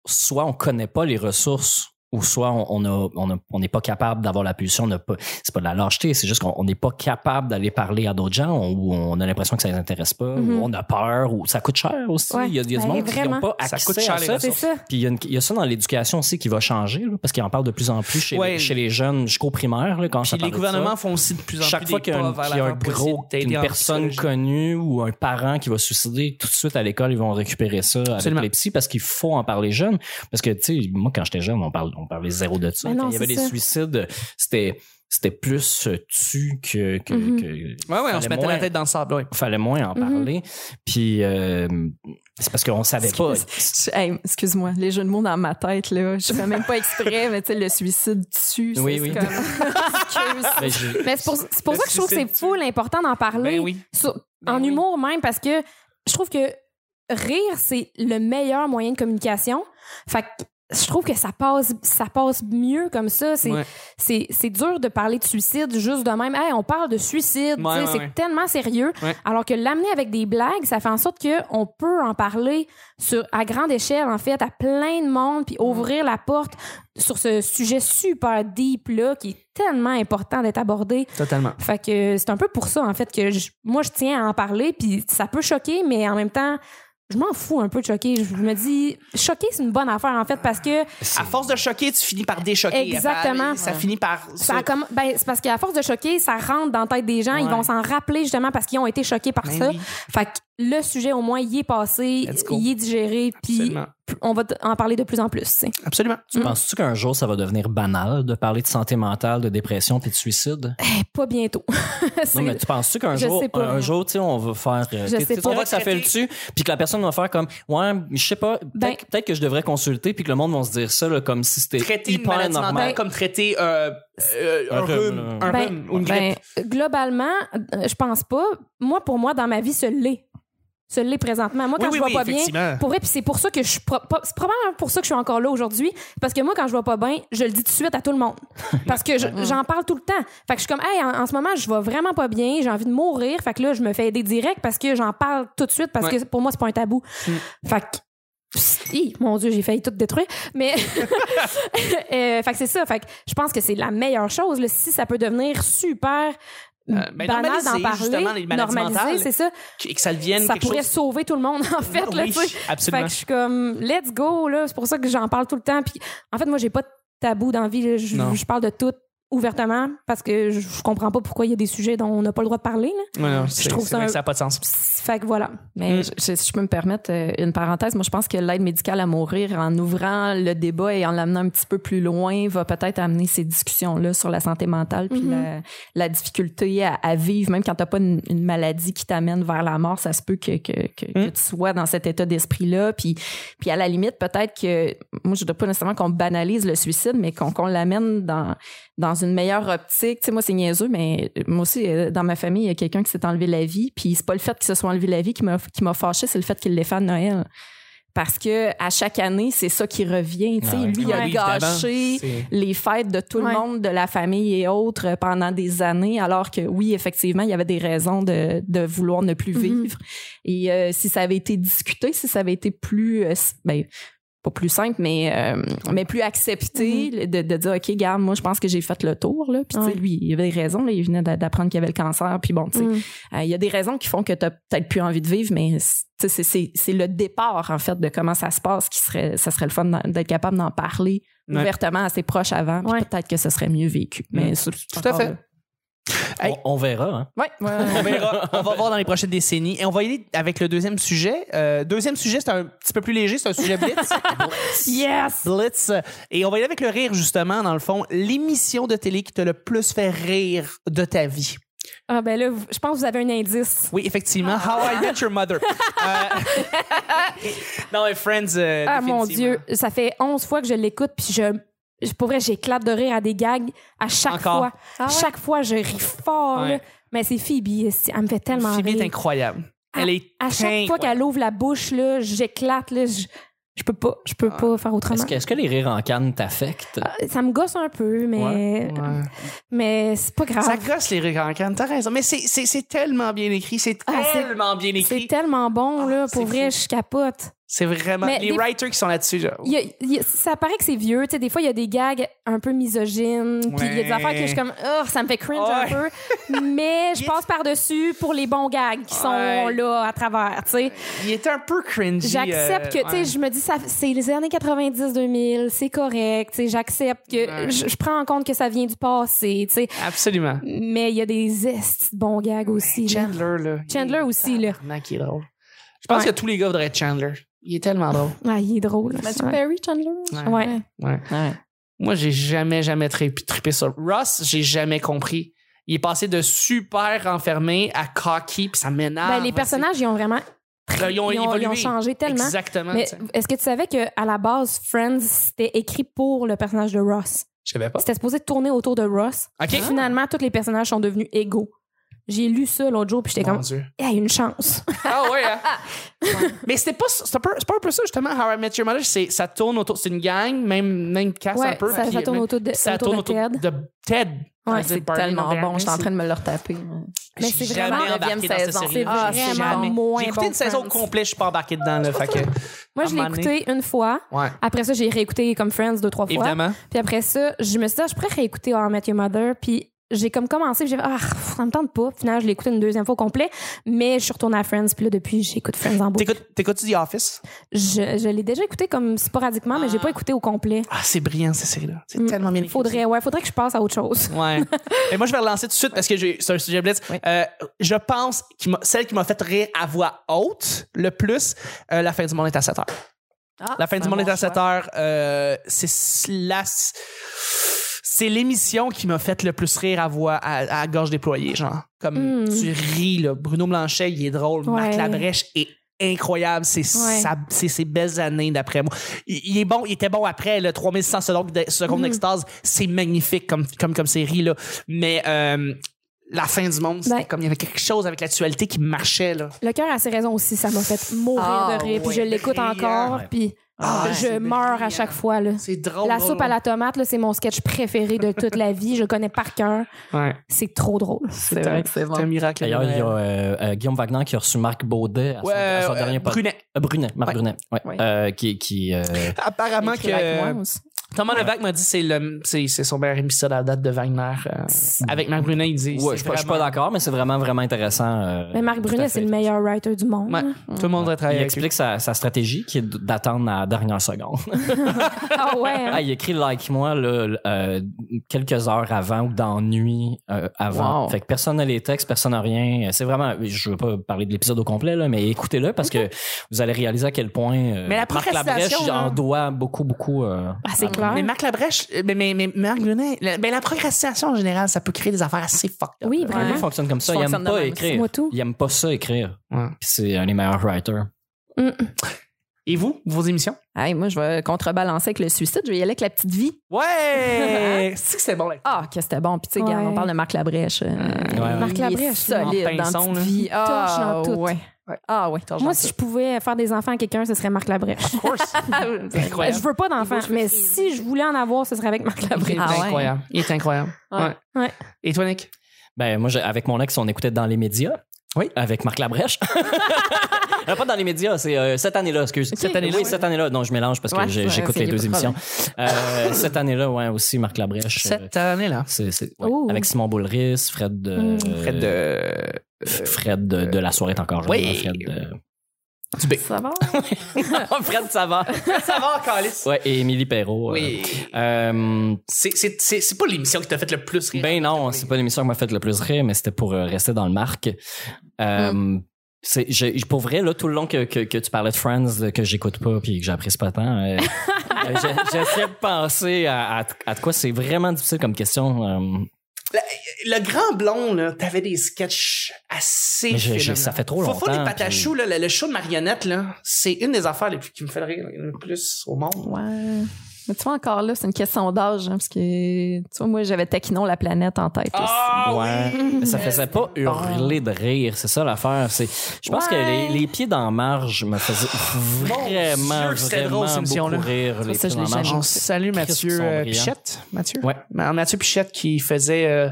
[SPEAKER 4] soit on connaît pas les ressources, ou soit on on a- on a- on n'est pas capable d'avoir la pulsion, on n'a pas, c'est pas de la lâcheté, c'est juste qu'on on n'est pas capable d'aller parler à d'autres gens, on- ou on a l'impression que ça les intéresse pas,
[SPEAKER 2] Mhm.
[SPEAKER 4] ou on a peur, ou ça coûte cher aussi.
[SPEAKER 2] Ouais,
[SPEAKER 4] il y a, il y a du
[SPEAKER 2] ben
[SPEAKER 4] monde qui
[SPEAKER 2] vraiment.
[SPEAKER 4] n'ont pas
[SPEAKER 1] Ça
[SPEAKER 4] accès
[SPEAKER 1] coûte cher,
[SPEAKER 4] à
[SPEAKER 1] les
[SPEAKER 4] ça.
[SPEAKER 2] C'est ça.
[SPEAKER 4] Puis il y, a une- il y a ça dans l'éducation aussi qui va changer, là, parce qu'il en parle de plus en plus chez,
[SPEAKER 1] Ouais.
[SPEAKER 4] les, chez les jeunes jusqu'au primaire. Là, quand ça
[SPEAKER 1] Puis les
[SPEAKER 4] parlait de ça.
[SPEAKER 1] gouvernements font aussi Hein, de plus en
[SPEAKER 4] Chaque
[SPEAKER 1] plus
[SPEAKER 4] fois
[SPEAKER 1] des
[SPEAKER 4] qu'il y a
[SPEAKER 1] pas
[SPEAKER 4] un,
[SPEAKER 1] vers
[SPEAKER 4] qu'il y a un
[SPEAKER 1] l'avant pour essayer
[SPEAKER 4] gros,
[SPEAKER 1] d'aider
[SPEAKER 4] une
[SPEAKER 1] en
[SPEAKER 4] personne
[SPEAKER 1] psychologie.
[SPEAKER 4] connue ou un parent qui va se suicider, tout de suite à l'école, ils vont récupérer ça
[SPEAKER 1] Absolument.
[SPEAKER 4] avec les psys parce qu'il faut en parler jeune. Parce que, tu sais, moi, quand j'étais jeune, on, parle, on parlait zéro de ça.
[SPEAKER 2] Ben non,
[SPEAKER 4] quand il y
[SPEAKER 2] c'est
[SPEAKER 4] avait des
[SPEAKER 2] ça.
[SPEAKER 4] suicides, c'était c'était plus euh, tu que... que,
[SPEAKER 2] Mhm.
[SPEAKER 4] que-
[SPEAKER 1] Ouais, ouais, on
[SPEAKER 4] fallait
[SPEAKER 1] se mettait
[SPEAKER 4] moins-
[SPEAKER 1] la tête dans le sable. ouais.
[SPEAKER 4] fallait moins en
[SPEAKER 2] Mhm.
[SPEAKER 4] parler. Puis euh, c'est parce qu'on savait pas.
[SPEAKER 5] Je- hey, excuse-moi, les jeux de mots dans ma tête, là. Je fais même pas exprès, mais tu sais, le suicide tue. c'est-
[SPEAKER 4] Oui,
[SPEAKER 5] c'est
[SPEAKER 4] oui.
[SPEAKER 5] comme- Excuse.
[SPEAKER 4] Mais j'ai-
[SPEAKER 2] Mais c'est pour, c'est pour
[SPEAKER 1] Le
[SPEAKER 2] ça que je trouve que c'est
[SPEAKER 1] suicide
[SPEAKER 2] fou l'important d'en parler
[SPEAKER 1] Ben oui.
[SPEAKER 2] sur-
[SPEAKER 5] Ben
[SPEAKER 2] en
[SPEAKER 5] oui.
[SPEAKER 2] humour même parce que je trouve que rire, c'est le meilleur moyen de communication. Fait que je trouve que ça passe, ça passe mieux comme ça. C'est
[SPEAKER 1] Ouais.
[SPEAKER 2] c'est c'est dur de parler de suicide juste de même. Hey, on parle de suicide,
[SPEAKER 1] Ouais,
[SPEAKER 2] tu sais,
[SPEAKER 1] ouais,
[SPEAKER 2] c'est
[SPEAKER 1] ouais.
[SPEAKER 2] tellement sérieux.
[SPEAKER 1] Ouais.
[SPEAKER 2] Alors que l'amener avec des blagues, ça fait en sorte que on peut en parler sur à grande échelle en fait à plein de monde puis ouvrir la porte sur ce sujet super deep là qui est tellement important d'être abordé.
[SPEAKER 1] Totalement.
[SPEAKER 2] Fait que c'est un peu pour ça en fait que je- moi je tiens à en parler puis ça peut choquer mais en même temps je m'en fous un peu de choquer. Je me dis, choquer, c'est une bonne affaire, en fait, parce que
[SPEAKER 1] À force de choquer, tu finis par déchoquer.
[SPEAKER 2] Exactement.
[SPEAKER 1] Ça finit par.
[SPEAKER 2] Ça a comme- ben, c'est parce qu'à force de choquer, ça rentre dans la tête des gens. Ils
[SPEAKER 1] Ouais.
[SPEAKER 2] vont s'en rappeler justement parce qu'ils ont été choqués par
[SPEAKER 1] Ben
[SPEAKER 2] ça.
[SPEAKER 1] oui,
[SPEAKER 2] Fait que le sujet, au moins, il est passé,
[SPEAKER 1] Let's go.
[SPEAKER 2] il est digéré, puis
[SPEAKER 1] absolument.
[SPEAKER 2] on va t- en parler de plus en plus. tu sais.
[SPEAKER 1] Absolument.
[SPEAKER 2] Mm.
[SPEAKER 4] Tu penses-tu qu'un jour, ça va devenir banal de parler de santé mentale, de dépression puis de suicide?
[SPEAKER 2] Eh, Pas bientôt. C'est-
[SPEAKER 4] Non, mais tu penses-tu qu'un
[SPEAKER 2] Je
[SPEAKER 4] jour,
[SPEAKER 2] sais pas,
[SPEAKER 4] un, un
[SPEAKER 2] non.
[SPEAKER 4] jour, tu sais, on va faire. euh,
[SPEAKER 2] Je
[SPEAKER 4] tu-
[SPEAKER 2] sais
[SPEAKER 4] tu
[SPEAKER 2] pas.
[SPEAKER 4] verras que ça fait le dessus, puis que la personne va faire comme, ouais, je sais pas, peut-être
[SPEAKER 2] Ben-
[SPEAKER 4] peut-être que je devrais consulter, puis que le monde va se dire ça, là, comme si c'était
[SPEAKER 1] Traiter une
[SPEAKER 4] hyper
[SPEAKER 1] maladie
[SPEAKER 4] normal.
[SPEAKER 1] mentale comme traiter euh, euh,
[SPEAKER 4] Un
[SPEAKER 1] un
[SPEAKER 4] rhume,
[SPEAKER 1] rhume,
[SPEAKER 4] là.
[SPEAKER 1] un
[SPEAKER 2] Ben,
[SPEAKER 1] rhume ou une grippe.
[SPEAKER 5] Ben,
[SPEAKER 2] Globalement, euh, je pense pas. Moi, pour moi, dans ma vie, ce l'est. se l'est présentement. Moi, quand
[SPEAKER 1] oui,
[SPEAKER 2] je
[SPEAKER 1] oui,
[SPEAKER 2] vais
[SPEAKER 1] oui,
[SPEAKER 2] pas bien,
[SPEAKER 1] effectivement.
[SPEAKER 2] pour vrai, puis c'est pour ça que je suis pro- pas- c'est probablement pour ça que je suis encore là aujourd'hui parce que moi quand je vais pas bien, je le dis tout de suite à tout le monde parce que
[SPEAKER 1] Mm-hmm.
[SPEAKER 2] je- j'en parle tout le temps. Fait que je suis comme hey en, en ce moment je vais vraiment pas bien, j'ai envie de mourir, fait que là je me fais aider direct parce que j'en parle tout de suite parce que pour moi c'est pas un tabou.
[SPEAKER 1] Mm.
[SPEAKER 2] Fait que Psst, hi, mon Dieu, j'ai failli tout détruire. Mais, euh, fait que c'est ça. Fait que je pense que c'est la meilleure chose. là. si ça peut devenir super
[SPEAKER 1] ben,
[SPEAKER 2] banal d'en
[SPEAKER 1] normaliser, justement,
[SPEAKER 2] parler,
[SPEAKER 1] les maladies mentales.
[SPEAKER 2] normaliser, c'est ça
[SPEAKER 1] Et que ça devienne
[SPEAKER 2] ça
[SPEAKER 1] quelque
[SPEAKER 2] pourrait
[SPEAKER 1] chose. Ah
[SPEAKER 2] sauver tout le monde en fait là,
[SPEAKER 1] Oui,
[SPEAKER 2] tu sais.
[SPEAKER 1] absolument.
[SPEAKER 2] Fait que je suis comme let's go là, c'est pour ça que j'en parle tout le temps puis en fait moi j'ai pas de tabou dans la vie, là. je,
[SPEAKER 1] Non.
[SPEAKER 2] je parle de tout ouvertement parce que je, je comprends pas pourquoi il y a des sujets dont on n'a pas le droit de parler là.
[SPEAKER 1] Ouais, non,
[SPEAKER 2] Je
[SPEAKER 1] c'est-
[SPEAKER 2] trouve
[SPEAKER 1] c'est
[SPEAKER 2] ça
[SPEAKER 1] vrai
[SPEAKER 2] un-
[SPEAKER 1] que ça n'a pas de sens.
[SPEAKER 2] Fait que voilà.
[SPEAKER 5] Mais je- je- si je peux me permettre euh, une parenthèse, moi je pense que l'aide médicale à mourir, en ouvrant le débat et en l'amenant un petit peu plus loin, va peut-être amener ces discussions-là sur la santé mentale, puis
[SPEAKER 2] Mhm.
[SPEAKER 5] la, la difficulté à, à vivre, même quand t'as pas une, une maladie qui t'amène vers la mort, ça se peut que, que, que,
[SPEAKER 4] Hmm.
[SPEAKER 5] que tu sois dans cet état d'esprit-là, puis, puis à la limite peut-être que, moi je ne pas nécessairement qu'on banalise le suicide, mais qu'on qu'on l'amène dans dans une meilleure optique. Tu sais, moi, c'est niaiseux, mais moi aussi, euh, dans ma famille, il y a quelqu'un qui s'est enlevé la vie. Puis c'est pas le fait qu'il se soit enlevé la vie qui m'a qui m'a fâché, c'est le fait qu'il l'ait fait à Noël. Parce que à chaque année, c'est ça qui revient. Tu sais,
[SPEAKER 4] Ah ouais.
[SPEAKER 5] lui, il a
[SPEAKER 1] Ah oui,
[SPEAKER 5] gâché
[SPEAKER 1] évidemment.
[SPEAKER 5] les fêtes de tout
[SPEAKER 2] Ouais.
[SPEAKER 5] le monde, de la famille et autres, euh, pendant des années, alors que oui, effectivement, il y avait des raisons de, de vouloir ne plus
[SPEAKER 2] Mhm.
[SPEAKER 5] vivre. Et euh, si ça avait été discuté, si ça avait été plus, euh, s- ben, pas plus simple, mais, euh, mais plus accepté le- de, de dire, OK, garde, moi, je pense que j'ai fait le tour. Là. Puis, tu sais,
[SPEAKER 2] Mhm. Ouais.
[SPEAKER 5] lui, il avait des raisons. Là, il venait d'a- d'apprendre qu'il avait le cancer. Puis, bon, tu sais,
[SPEAKER 2] Mm.
[SPEAKER 5] euh, Il y a des raisons qui font que tu n'as peut-être plus envie de vivre, mais c- tu sais, c'est c'est- c'est le départ, en fait, de comment ça se passe qui serait, ça serait le fun d'en- d'être capable d'en parler
[SPEAKER 1] Ouais.
[SPEAKER 5] ouvertement à ses proches avant. puis
[SPEAKER 2] Ouais.
[SPEAKER 5] Peut-être que ce serait mieux vécu. Mais c'est
[SPEAKER 1] Tout à
[SPEAKER 5] encore
[SPEAKER 1] fait.
[SPEAKER 5] là.
[SPEAKER 1] Hey.
[SPEAKER 4] On, on verra. Hein?
[SPEAKER 5] Ouais, ouais, ouais.
[SPEAKER 1] On verra. On va voir dans les prochaines décennies. Et on va y aller avec le deuxième sujet. Euh, deuxième sujet, c'est un petit peu plus léger. C'est un sujet blitz.
[SPEAKER 2] Yes.
[SPEAKER 1] Blitz. Et on va y aller avec le rire, justement, dans le fond. L'émission de télé qui te le plus fait rire de ta vie.
[SPEAKER 2] Ah ben là, vous- je pense que vous avez un indice.
[SPEAKER 1] Oui, effectivement. How I Met Your Mother. Euh, non, mais Friends. euh,
[SPEAKER 2] Ah mon
[SPEAKER 1] définitivement.
[SPEAKER 2] Dieu, ça fait 11 fois que je l'écoute puis je je- pour vrai, j'éclate de rire à des gags à chaque
[SPEAKER 1] Encore.
[SPEAKER 2] fois. Chaque fois, je ris fort. là.
[SPEAKER 1] Ouais.
[SPEAKER 2] Mais c'est Phoebe, esti, elle me fait tellement
[SPEAKER 1] Phoebe est
[SPEAKER 2] rire.
[SPEAKER 1] incroyable. Elle est
[SPEAKER 2] À chaque fois
[SPEAKER 1] incroyable.
[SPEAKER 2] qu'elle ouvre la bouche, là, j'éclate, là, je, je peux pas, je
[SPEAKER 1] Ah.
[SPEAKER 2] peux pas faire autrement.
[SPEAKER 4] Est-ce que, est-ce que les rires en canne t'affectent?
[SPEAKER 2] Ça me gosse un peu, mais, mais c'est pas grave.
[SPEAKER 1] Ça gosse les rires en canne, t'as raison. Mais c'est- c'est c'est tellement bien écrit. C'est
[SPEAKER 2] Ah, c'est-
[SPEAKER 1] tellement bien
[SPEAKER 2] c'est
[SPEAKER 1] écrit.
[SPEAKER 2] tellement bon,
[SPEAKER 1] Ah,
[SPEAKER 2] là,
[SPEAKER 1] c'est
[SPEAKER 2] pour vrai,
[SPEAKER 1] fou.
[SPEAKER 2] je capote.
[SPEAKER 1] C'est vraiment.
[SPEAKER 2] Mais
[SPEAKER 1] les
[SPEAKER 2] des-
[SPEAKER 1] writers qui sont là-dessus, genre,
[SPEAKER 2] Il y a- il y a- ça paraît que c'est vieux, tu sais, des fois, il y a des gags un peu misogynes, puis il y a des
[SPEAKER 1] Ouais.
[SPEAKER 2] affaires que je suis comme, oh, ça me fait cringe un peu, mais je passe par-dessus pour les bons gags qui sont
[SPEAKER 1] Ouais.
[SPEAKER 2] là à travers, tu sais.
[SPEAKER 1] Il était un peu cringy.
[SPEAKER 2] J'accepte que,
[SPEAKER 1] euh,
[SPEAKER 2] tu sais,
[SPEAKER 1] ouais.
[SPEAKER 2] je me dis, ça, c'est les années 90-2000, c'est correct, tu sais, j'accepte que,
[SPEAKER 1] Ouais.
[SPEAKER 2] je, je prends en compte que ça vient du passé, tu sais,
[SPEAKER 1] Absolument.
[SPEAKER 2] mais il y a des zestes bons gags aussi. là.
[SPEAKER 1] Chandler, là.
[SPEAKER 2] Chandler aussi, là.
[SPEAKER 1] Maintenant qui est drôle. Je pense
[SPEAKER 2] Ouais.
[SPEAKER 1] que tous les gars voudraient être Chandler. Il est tellement drôle.
[SPEAKER 2] Ah, il est drôle. là.
[SPEAKER 5] Matthew
[SPEAKER 2] Ouais.
[SPEAKER 5] Perry, Chandler?
[SPEAKER 2] Ouais. Ben,
[SPEAKER 1] Ouais.
[SPEAKER 5] Ouais.
[SPEAKER 1] Moi, j'ai jamais, jamais tri- trippé sur Ross. J'ai jamais compris. Il est passé de super enfermé à cocky, puis ça m'énerve.
[SPEAKER 2] Ben, les personnages, ils ont vraiment.
[SPEAKER 1] Là, Ah, Ben, ils ont évolué.
[SPEAKER 2] ils ont changé tellement.
[SPEAKER 1] Exactement.
[SPEAKER 2] Mais
[SPEAKER 1] tu sais.
[SPEAKER 2] est-ce que tu savais qu'à la base, Friends, c'était écrit pour le personnage de Ross?
[SPEAKER 1] Je savais pas.
[SPEAKER 2] C'était supposé tourner autour de Ross.
[SPEAKER 1] OK.
[SPEAKER 2] Finalement, tous les personnages sont devenus égaux. J'ai lu ça l'autre jour, puis j'étais
[SPEAKER 1] Mon
[SPEAKER 2] comme,
[SPEAKER 1] Dieu.
[SPEAKER 2] il y a une chance.
[SPEAKER 1] Ah ouais, hein? Mais c'était pas, c'est un peu, c'est pas un peu ça, justement, How I Met Your Mother. C'est, ça tourne autour, c'est une gang, même, même casse un
[SPEAKER 2] Ouais,
[SPEAKER 1] peu.
[SPEAKER 2] ça,
[SPEAKER 1] puis-
[SPEAKER 2] ça tourne
[SPEAKER 1] même-
[SPEAKER 2] autour de,
[SPEAKER 1] ça
[SPEAKER 2] autour
[SPEAKER 1] tourne
[SPEAKER 2] de
[SPEAKER 1] autour
[SPEAKER 2] Ted.
[SPEAKER 1] de Ted.
[SPEAKER 2] Ouais,
[SPEAKER 1] Dans
[SPEAKER 5] C'est
[SPEAKER 1] une party
[SPEAKER 5] tellement
[SPEAKER 1] dans
[SPEAKER 5] bon. Je suis en train de me le retaper.
[SPEAKER 2] Mais c'est
[SPEAKER 1] jamais
[SPEAKER 2] vraiment-
[SPEAKER 1] embarqué
[SPEAKER 5] neuvième
[SPEAKER 1] dans cette
[SPEAKER 5] saison.
[SPEAKER 1] série-là.
[SPEAKER 5] C'est
[SPEAKER 1] Ah, j'ai
[SPEAKER 2] vraiment moins
[SPEAKER 1] J'ai écouté
[SPEAKER 2] bon
[SPEAKER 1] une saison
[SPEAKER 2] Friends.
[SPEAKER 1] complète, je suis pas embarqué dedans, là. Fait que,
[SPEAKER 2] Moi, je
[SPEAKER 1] À
[SPEAKER 2] l'ai
[SPEAKER 1] un moment
[SPEAKER 2] écouté une fois.
[SPEAKER 1] ouais.
[SPEAKER 2] Après ça, j'ai réécouté comme Friends deux, trois fois.
[SPEAKER 1] Évidemment.
[SPEAKER 2] Puis après ça, je me suis dit, ah, je pourrais réécouter How I Met Your Mother. Puis j'ai comme commencé, puis j'ai fait, ah, ça me tente pas. Finalement, je l'ai écouté une deuxième fois au complet. Mais je suis retournée à Friends, puis là, depuis, j'écoute Friends en boucle.
[SPEAKER 1] T'écoutes- T'écoutes-tu The Office?
[SPEAKER 2] Je, je l'ai déjà écouté comme sporadiquement, mais j'ai pas écouté au complet.
[SPEAKER 1] Ah, c'est brillant, cette série-là. C'est
[SPEAKER 2] Mm.
[SPEAKER 1] tellement bien écrit.
[SPEAKER 2] Faudrait, ouais, faudrait que je passe à autre chose.
[SPEAKER 1] Ouais. Et moi, je vais relancer tout de suite parce que j'ai- c'est un sujet blitz.
[SPEAKER 5] Oui.
[SPEAKER 1] Euh, je pense que celle qui m'a fait rire à voix haute le plus, euh, la fin du monde est à 7 heures. La fin du monde est à 7 heures. euh, c'est s- la. s- C'est l'émission qui m'a fait le plus rire à voix, à, à gorge déployée, genre. Comme
[SPEAKER 2] Mm.
[SPEAKER 1] tu ris, là. Bruno Blanchet, il est drôle. Marc
[SPEAKER 2] Ouais.
[SPEAKER 1] Labrèche est incroyable. C'est sa- c'est ses belles années d'après moi. Il, il est bon, il était bon après, le
[SPEAKER 2] Mhm.
[SPEAKER 1] 3100 secondes de- secondes d'extase. C'est magnifique comme, comme, comme série, là. Mais euh, la fin du monde. C'était
[SPEAKER 2] Ben-
[SPEAKER 1] comme il y avait quelque chose avec l'actualité qui marchait, là.
[SPEAKER 2] Le cœur a ses raisons aussi, ça m'a fait mourir
[SPEAKER 5] Ah,
[SPEAKER 2] de rire. Puis
[SPEAKER 5] ouais,
[SPEAKER 2] je l'écoute
[SPEAKER 1] brillant.
[SPEAKER 2] encore,
[SPEAKER 4] Ouais.
[SPEAKER 2] puis
[SPEAKER 1] Ah,
[SPEAKER 2] je
[SPEAKER 1] c'est
[SPEAKER 2] meurs
[SPEAKER 1] brillant.
[SPEAKER 2] à chaque fois. Là.
[SPEAKER 1] C'est drôle.
[SPEAKER 2] la
[SPEAKER 1] drôle,
[SPEAKER 2] soupe à la tomate, là, c'est mon sketch préféré de toute la vie. Je le connais par cœur.
[SPEAKER 1] drôle. Ouais.
[SPEAKER 2] C'est trop drôle.
[SPEAKER 1] Euh,
[SPEAKER 5] C'est vrai que c'est
[SPEAKER 1] C'est un
[SPEAKER 5] bon.
[SPEAKER 1] miracle.
[SPEAKER 4] D'ailleurs, il y a
[SPEAKER 1] Ouais,
[SPEAKER 4] euh, euh, Guillaume Wagner qui a reçu Marc Baudet à son, à son
[SPEAKER 1] euh,
[SPEAKER 4] dernier podcast.
[SPEAKER 1] Brunet.
[SPEAKER 4] Euh, Brunet, Marc
[SPEAKER 1] Ouais.
[SPEAKER 4] Brunet, ouais.
[SPEAKER 5] Ouais.
[SPEAKER 4] Euh, qui, qui euh,
[SPEAKER 1] Apparemment
[SPEAKER 5] Écrit avec moi
[SPEAKER 1] que
[SPEAKER 5] aussi.
[SPEAKER 1] Thomas Levac m'a dit c'est le c'est c'est son meilleur émission de la date de Wagner euh, avec Marc Brunet il dit
[SPEAKER 4] ouais,
[SPEAKER 1] c'est
[SPEAKER 4] je, suis pas- je suis
[SPEAKER 1] vraiment-
[SPEAKER 4] pas d'accord, mais c'est vraiment vraiment intéressant. euh,
[SPEAKER 2] Mais Marc
[SPEAKER 4] tout à
[SPEAKER 2] Brunet,
[SPEAKER 4] fait.
[SPEAKER 2] c'est le meilleur writer du monde.
[SPEAKER 1] Ouais. Tout le monde va
[SPEAKER 4] Il
[SPEAKER 1] travailler avec lui.
[SPEAKER 4] explique sa, sa stratégie qui est d'attendre à la dernière seconde.
[SPEAKER 2] Ah ouais. hein?
[SPEAKER 4] Ah, il écrit Like Moi là, euh, quelques heures avant ou dans nuit euh, avant.
[SPEAKER 5] Wow.
[SPEAKER 4] Fait que personne n'a les textes, personne n'a rien. C'est vraiment. Je veux pas parler de l'épisode au complet, là, mais écoutez-le parce que vous allez réaliser à quel point. euh,
[SPEAKER 1] Mais la
[SPEAKER 4] Marc Labrèche,
[SPEAKER 1] procrastination,
[SPEAKER 4] il en
[SPEAKER 1] là.
[SPEAKER 4] doit beaucoup, beaucoup. euh,
[SPEAKER 2] Ah, c'est clair.
[SPEAKER 1] Mais Marc Labrèche, euh, mais, mais, mais Marc Brunet, la, mais la procrastination en général, ça peut créer des affaires assez fortes.
[SPEAKER 2] Oui,
[SPEAKER 4] Vraiment,
[SPEAKER 2] vraiment.
[SPEAKER 4] il fonctionne comme ça.
[SPEAKER 5] Je
[SPEAKER 4] Il aime
[SPEAKER 5] fonctionne de
[SPEAKER 4] pas
[SPEAKER 5] même aussi,
[SPEAKER 4] écrire.
[SPEAKER 2] moi tout.
[SPEAKER 4] Il aime pas ça écrire.
[SPEAKER 1] Ouais.
[SPEAKER 4] Puis C'est un des meilleurs writers.
[SPEAKER 2] Mm.
[SPEAKER 1] Et vous, vos émissions?
[SPEAKER 5] Hey, moi, je vais contrebalancer avec le suicide. Je vais y aller avec la petite vie.
[SPEAKER 1] Ouais! c'est que c'est bon, là.
[SPEAKER 5] Ah, que c'était bon. Puis, tu sais,
[SPEAKER 2] Ouais.
[SPEAKER 5] regarde, on parle de Marc Labrèche. euh,
[SPEAKER 4] ouais.
[SPEAKER 2] Marc
[SPEAKER 5] il est
[SPEAKER 2] Labrèche,
[SPEAKER 5] solide
[SPEAKER 1] en
[SPEAKER 5] dans
[SPEAKER 1] pinson,
[SPEAKER 5] Petite
[SPEAKER 1] là.
[SPEAKER 5] vie. Ah,
[SPEAKER 2] torche dans tout.
[SPEAKER 5] ouais. Ah, ouais.
[SPEAKER 2] Moi, si je pouvais faire des enfants à quelqu'un, ce serait Marc Labrèche.
[SPEAKER 1] Of course.
[SPEAKER 2] Je
[SPEAKER 1] incroyable.
[SPEAKER 2] veux pas d'enfants, mais si je voulais en avoir, ce serait avec Marc
[SPEAKER 1] Il est
[SPEAKER 2] Labrèche.
[SPEAKER 5] Ah ouais.
[SPEAKER 1] incroyable. Il est incroyable.
[SPEAKER 5] Ouais.
[SPEAKER 1] Ouais.
[SPEAKER 2] Ouais.
[SPEAKER 1] Et toi, Nick?
[SPEAKER 4] Ben, moi, j'ai- avec mon ex, on écoutait dans les médias.
[SPEAKER 1] Oui.
[SPEAKER 4] Avec Marc Labrèche. Euh, pas dans les médias, c'est euh, cette année-là, excuse. Cette
[SPEAKER 1] année-là,
[SPEAKER 4] Oui,
[SPEAKER 1] ouais.
[SPEAKER 4] cette année-là. Non, je mélange parce que
[SPEAKER 5] Ouais,
[SPEAKER 4] j'ai-
[SPEAKER 5] c'est-
[SPEAKER 4] j'écoute
[SPEAKER 5] c'est
[SPEAKER 4] les
[SPEAKER 5] le
[SPEAKER 4] deux
[SPEAKER 5] problème.
[SPEAKER 4] émissions. Euh, cette année-là, ouais, aussi Marc Labrèche. Euh,
[SPEAKER 1] Cette année-là.
[SPEAKER 4] c'est- c'est- ouais.
[SPEAKER 2] Oh.
[SPEAKER 4] Avec Simon Boulris, Fred
[SPEAKER 5] Hmm.
[SPEAKER 4] de.
[SPEAKER 1] Fred de.
[SPEAKER 4] F- Fred de, de la soirée est encore jeune.
[SPEAKER 1] Oui.
[SPEAKER 4] hein, Fred, de-
[SPEAKER 5] Ça va?
[SPEAKER 4] Fred Savard.
[SPEAKER 1] Ça va, Calice?
[SPEAKER 4] Ouais, et Émilie Perrault.
[SPEAKER 1] Oui.
[SPEAKER 4] euh. Euh,
[SPEAKER 1] C'est- C'est c'est- c'est pas l'émission qui t'a fait le plus rire.
[SPEAKER 4] Ben non, c'est pas l'émission qui m'a fait le plus rire, mais c'était pour euh, rester dans le marque. Euh,
[SPEAKER 1] Mm.
[SPEAKER 4] c'est- j'ai- pour vrai, là, tout le long que, que, que tu parlais de Friends, là, que j'écoute pas puis que j'apprécie pas tant, euh, euh, j'ai- j'essaie de penser à, à, à de quoi c'est vraiment difficile comme question. euh,
[SPEAKER 1] Le grand blond, là, t'avais des sketchs assez.
[SPEAKER 4] Mais j'ai- j'ai-
[SPEAKER 1] phénoménaux.
[SPEAKER 4] ça fait trop
[SPEAKER 1] Fofo les
[SPEAKER 4] longtemps,
[SPEAKER 1] patachous, là, le, le show de marionnettes, là, c'est une des affaires les plus, qui me fait rire le plus au monde.
[SPEAKER 5] Ouais. Mais tu vois, encore là, c'est une question d'âge. hein, parce que, tu vois, moi, j'avais Taquinon la planète en tête aussi.
[SPEAKER 1] Ah
[SPEAKER 4] ouais. Mais Ça faisait pas hurler de rire, c'est ça l'affaire. C'est, je pense que
[SPEAKER 5] Ouais.
[SPEAKER 4] les, les pieds dans la marge me faisaient vraiment,
[SPEAKER 1] Mon Dieu, c'était drôle,
[SPEAKER 4] vraiment
[SPEAKER 1] cette émission-là.
[SPEAKER 4] beaucoup rire. Les
[SPEAKER 5] Ça,
[SPEAKER 4] pieds
[SPEAKER 5] je
[SPEAKER 4] dans la
[SPEAKER 5] l'ai
[SPEAKER 4] marge.
[SPEAKER 5] jamais
[SPEAKER 1] On salue Mathieu
[SPEAKER 4] sont
[SPEAKER 1] euh,
[SPEAKER 4] brillants.
[SPEAKER 1] Pichette. Mathieu?
[SPEAKER 4] Ouais.
[SPEAKER 1] Ma- Mathieu Pichette qui faisait euh,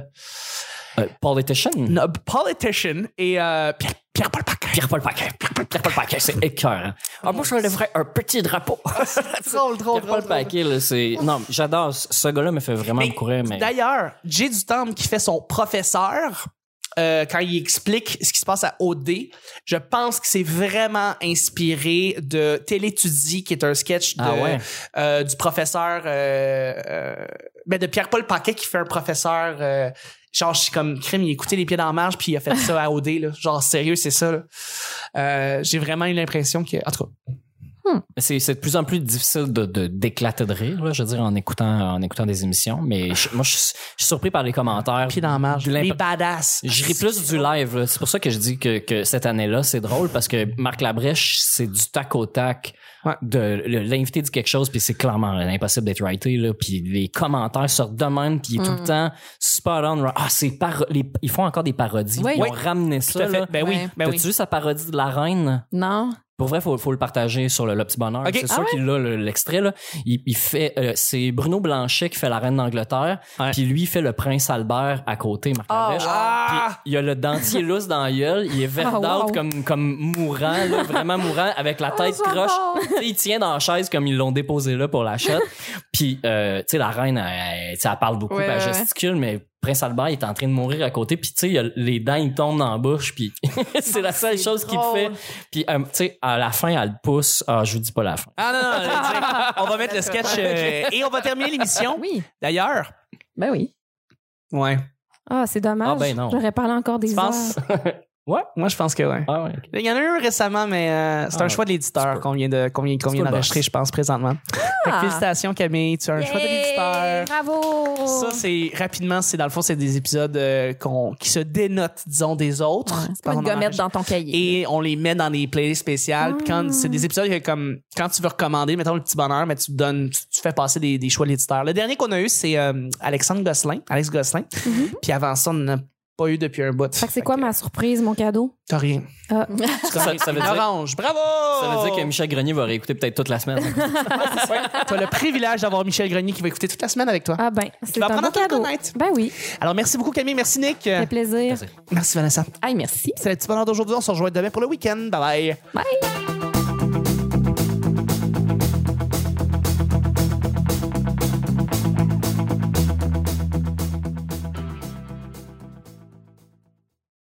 [SPEAKER 4] Euh, Politician.
[SPEAKER 1] no- Politician et euh, Pierre, Paul Paquin.
[SPEAKER 4] Pierre-Paul Paquin. Pierre-Paul Pierre-Paul Paquin, c'est écœurant. Ah, moi, je lèverais un petit drapeau.
[SPEAKER 1] Drôle, drôle, drôle,
[SPEAKER 4] Pierre-Paul
[SPEAKER 1] drôle.
[SPEAKER 4] Paquin, là, c'est... Non, j'adore. Ce ce gars-là me fait vraiment
[SPEAKER 1] Mais
[SPEAKER 4] courir, mais...
[SPEAKER 1] D'ailleurs, Jay Dutemps qui fait son professeur, euh, quand il explique ce qui se passe à OD, je pense que c'est vraiment inspiré de Télétudie, qui est un sketch de,
[SPEAKER 4] Ah ouais.
[SPEAKER 1] euh, du professeur, euh, euh, ben de Pierre-Paul Paquet qui fait un professeur. euh, Genre, je suis comme crime, il a écouté les pieds dans la marge, puis il a fait ça à OD. Là. Genre, sérieux, c'est ça. là. Euh, J'ai vraiment eu l'impression que. En tout cas,
[SPEAKER 4] C'est, c'est de plus en plus difficile de, de- d'éclater de rire, là, je veux dire, en écoutant, en écoutant des émissions. Mais je- moi, je suis je suis surpris par les commentaires.
[SPEAKER 1] pieds dans la marge.
[SPEAKER 4] De l'imp-
[SPEAKER 1] Les badass.
[SPEAKER 4] Je ris plus du live. là. C'est pour ça que je dis que, que cette année-là, c'est drôle parce que Marc Labrèche, c'est du tac au tac.
[SPEAKER 1] Ouais.
[SPEAKER 4] De, le- l'invité dit quelque chose, puis c'est clairement impossible d'être writé. Là, puis les commentaires sortent de même, puis il est tout
[SPEAKER 1] Mm.
[SPEAKER 4] le temps spot on. Ah, c'est paro- les- ils font encore des parodies.
[SPEAKER 5] Oui.
[SPEAKER 4] Ils ont
[SPEAKER 5] Oui.
[SPEAKER 4] ramené ça.
[SPEAKER 1] Tout à fait.
[SPEAKER 4] Là.
[SPEAKER 1] Ben oui,
[SPEAKER 5] Ouais.
[SPEAKER 1] ben oui.
[SPEAKER 4] T'as-tu vu sa parodie de la reine?
[SPEAKER 5] Non?
[SPEAKER 4] Pour vrai, faut, faut le partager sur le, Le Petit Bonheur.
[SPEAKER 1] Ok.
[SPEAKER 4] C'est
[SPEAKER 1] Ah
[SPEAKER 4] sûr qu'il a le- l'extrait. là. il, il fait, euh, c'est Bruno Blanchet qui fait la reine d'Angleterre,
[SPEAKER 1] Ouais.
[SPEAKER 4] puis lui il fait le prince Albert à côté, Marc Labrèche.
[SPEAKER 5] wow.
[SPEAKER 1] Ah!
[SPEAKER 4] Puis il a le dentier lousse dans la gueule, il est verdâtre
[SPEAKER 5] Ah, wow. Oh,
[SPEAKER 4] comme comme mourant, là, vraiment mourant, avec la tête
[SPEAKER 5] j'adore.
[SPEAKER 4] croche. Tu sais, Il tient dans la chaise comme ils l'ont déposé là pour la shot. Puis euh, tu sais la reine, elle, elle, tu sais, elle parle beaucoup,
[SPEAKER 5] Ouais,
[SPEAKER 4] puis elle
[SPEAKER 5] ouais, ouais.
[SPEAKER 4] gesticule, mais Prince Albert il est en train de mourir à côté, puis tu sais il a- les dents ils tombent dans la bouche, puis c'est la seule chose qu'il
[SPEAKER 5] Ah, drôle.
[SPEAKER 4] fait. Puis, euh, tu sais, à la fin, elle pousse. Ah, je vous dis pas la fin.
[SPEAKER 1] Ah non, non, non, tiens, on va mettre le sketch euh, et on va terminer l'émission.
[SPEAKER 5] Oui.
[SPEAKER 1] D'ailleurs,
[SPEAKER 5] Ben oui.
[SPEAKER 1] ouais.
[SPEAKER 2] Ah, c'est dommage.
[SPEAKER 4] Ah, ben non.
[SPEAKER 2] J'aurais parlé encore des
[SPEAKER 1] Tu
[SPEAKER 2] heures.
[SPEAKER 1] penses? Moi, je pense que ouais.
[SPEAKER 4] Ah, ouais.
[SPEAKER 1] Il y en a eu un récemment, mais euh, c'est
[SPEAKER 4] Ah,
[SPEAKER 1] un choix de
[SPEAKER 4] tu peux.
[SPEAKER 1] l'éditeur qu'on vient de qu'on vient- qu'on
[SPEAKER 4] Tu
[SPEAKER 1] vient
[SPEAKER 4] peux le
[SPEAKER 1] d'enregistrer,
[SPEAKER 4] boss.
[SPEAKER 1] je pense, présentement. Fait que
[SPEAKER 5] Ah.
[SPEAKER 1] félicitations, Camille. Tu as un choix de l'éditeur.
[SPEAKER 2] Bravo!
[SPEAKER 1] Ça, c'est rapidement, c'est dans le fond, c'est des épisodes euh, qu'on- qui se dénotent, disons, des autres.
[SPEAKER 5] C'est pas
[SPEAKER 1] Quand
[SPEAKER 5] une
[SPEAKER 1] on en
[SPEAKER 5] gommette dans ton cahier.
[SPEAKER 1] et on les met dans des playlists spéciales. Puis quand c'est
[SPEAKER 2] Ah.
[SPEAKER 1] des épisodes que comme quand tu veux recommander, mettons le petit bonheur, mais tu donnes, tu, tu fais passer des, des choix de l'éditeur. Le dernier qu'on a eu, c'est euh, Alexandre Gosselin, Alex Gosselin. Puis avant ça, on en a pas eu depuis un bout.
[SPEAKER 2] Mm-hmm. Fait que c'est quoi ma surprise, mon cadeau?
[SPEAKER 1] T'as rien.
[SPEAKER 2] Ah.
[SPEAKER 1] T'as
[SPEAKER 4] Ça-
[SPEAKER 1] rien.
[SPEAKER 4] ça veut dire-
[SPEAKER 1] Orange, bravo!
[SPEAKER 4] Ça veut dire que Michel Grenier va réécouter peut-être toute la semaine.
[SPEAKER 1] T'as le privilège d'avoir Michel Grenier qui va écouter toute la semaine avec toi.
[SPEAKER 2] Ah ben, c'est
[SPEAKER 1] vas
[SPEAKER 2] un
[SPEAKER 1] apprendre
[SPEAKER 2] bon
[SPEAKER 1] à te
[SPEAKER 2] cadeau.
[SPEAKER 1] connaître.
[SPEAKER 2] Ben oui,
[SPEAKER 1] Alors, merci beaucoup, Camille. Merci, Nick.
[SPEAKER 2] ça fait plaisir.
[SPEAKER 1] Merci, Vanessa.
[SPEAKER 5] Hey, merci.
[SPEAKER 1] C'est le petit bonheur d'aujourd'hui. On se rejoint demain pour le week-end. Bye bye.
[SPEAKER 2] Bye!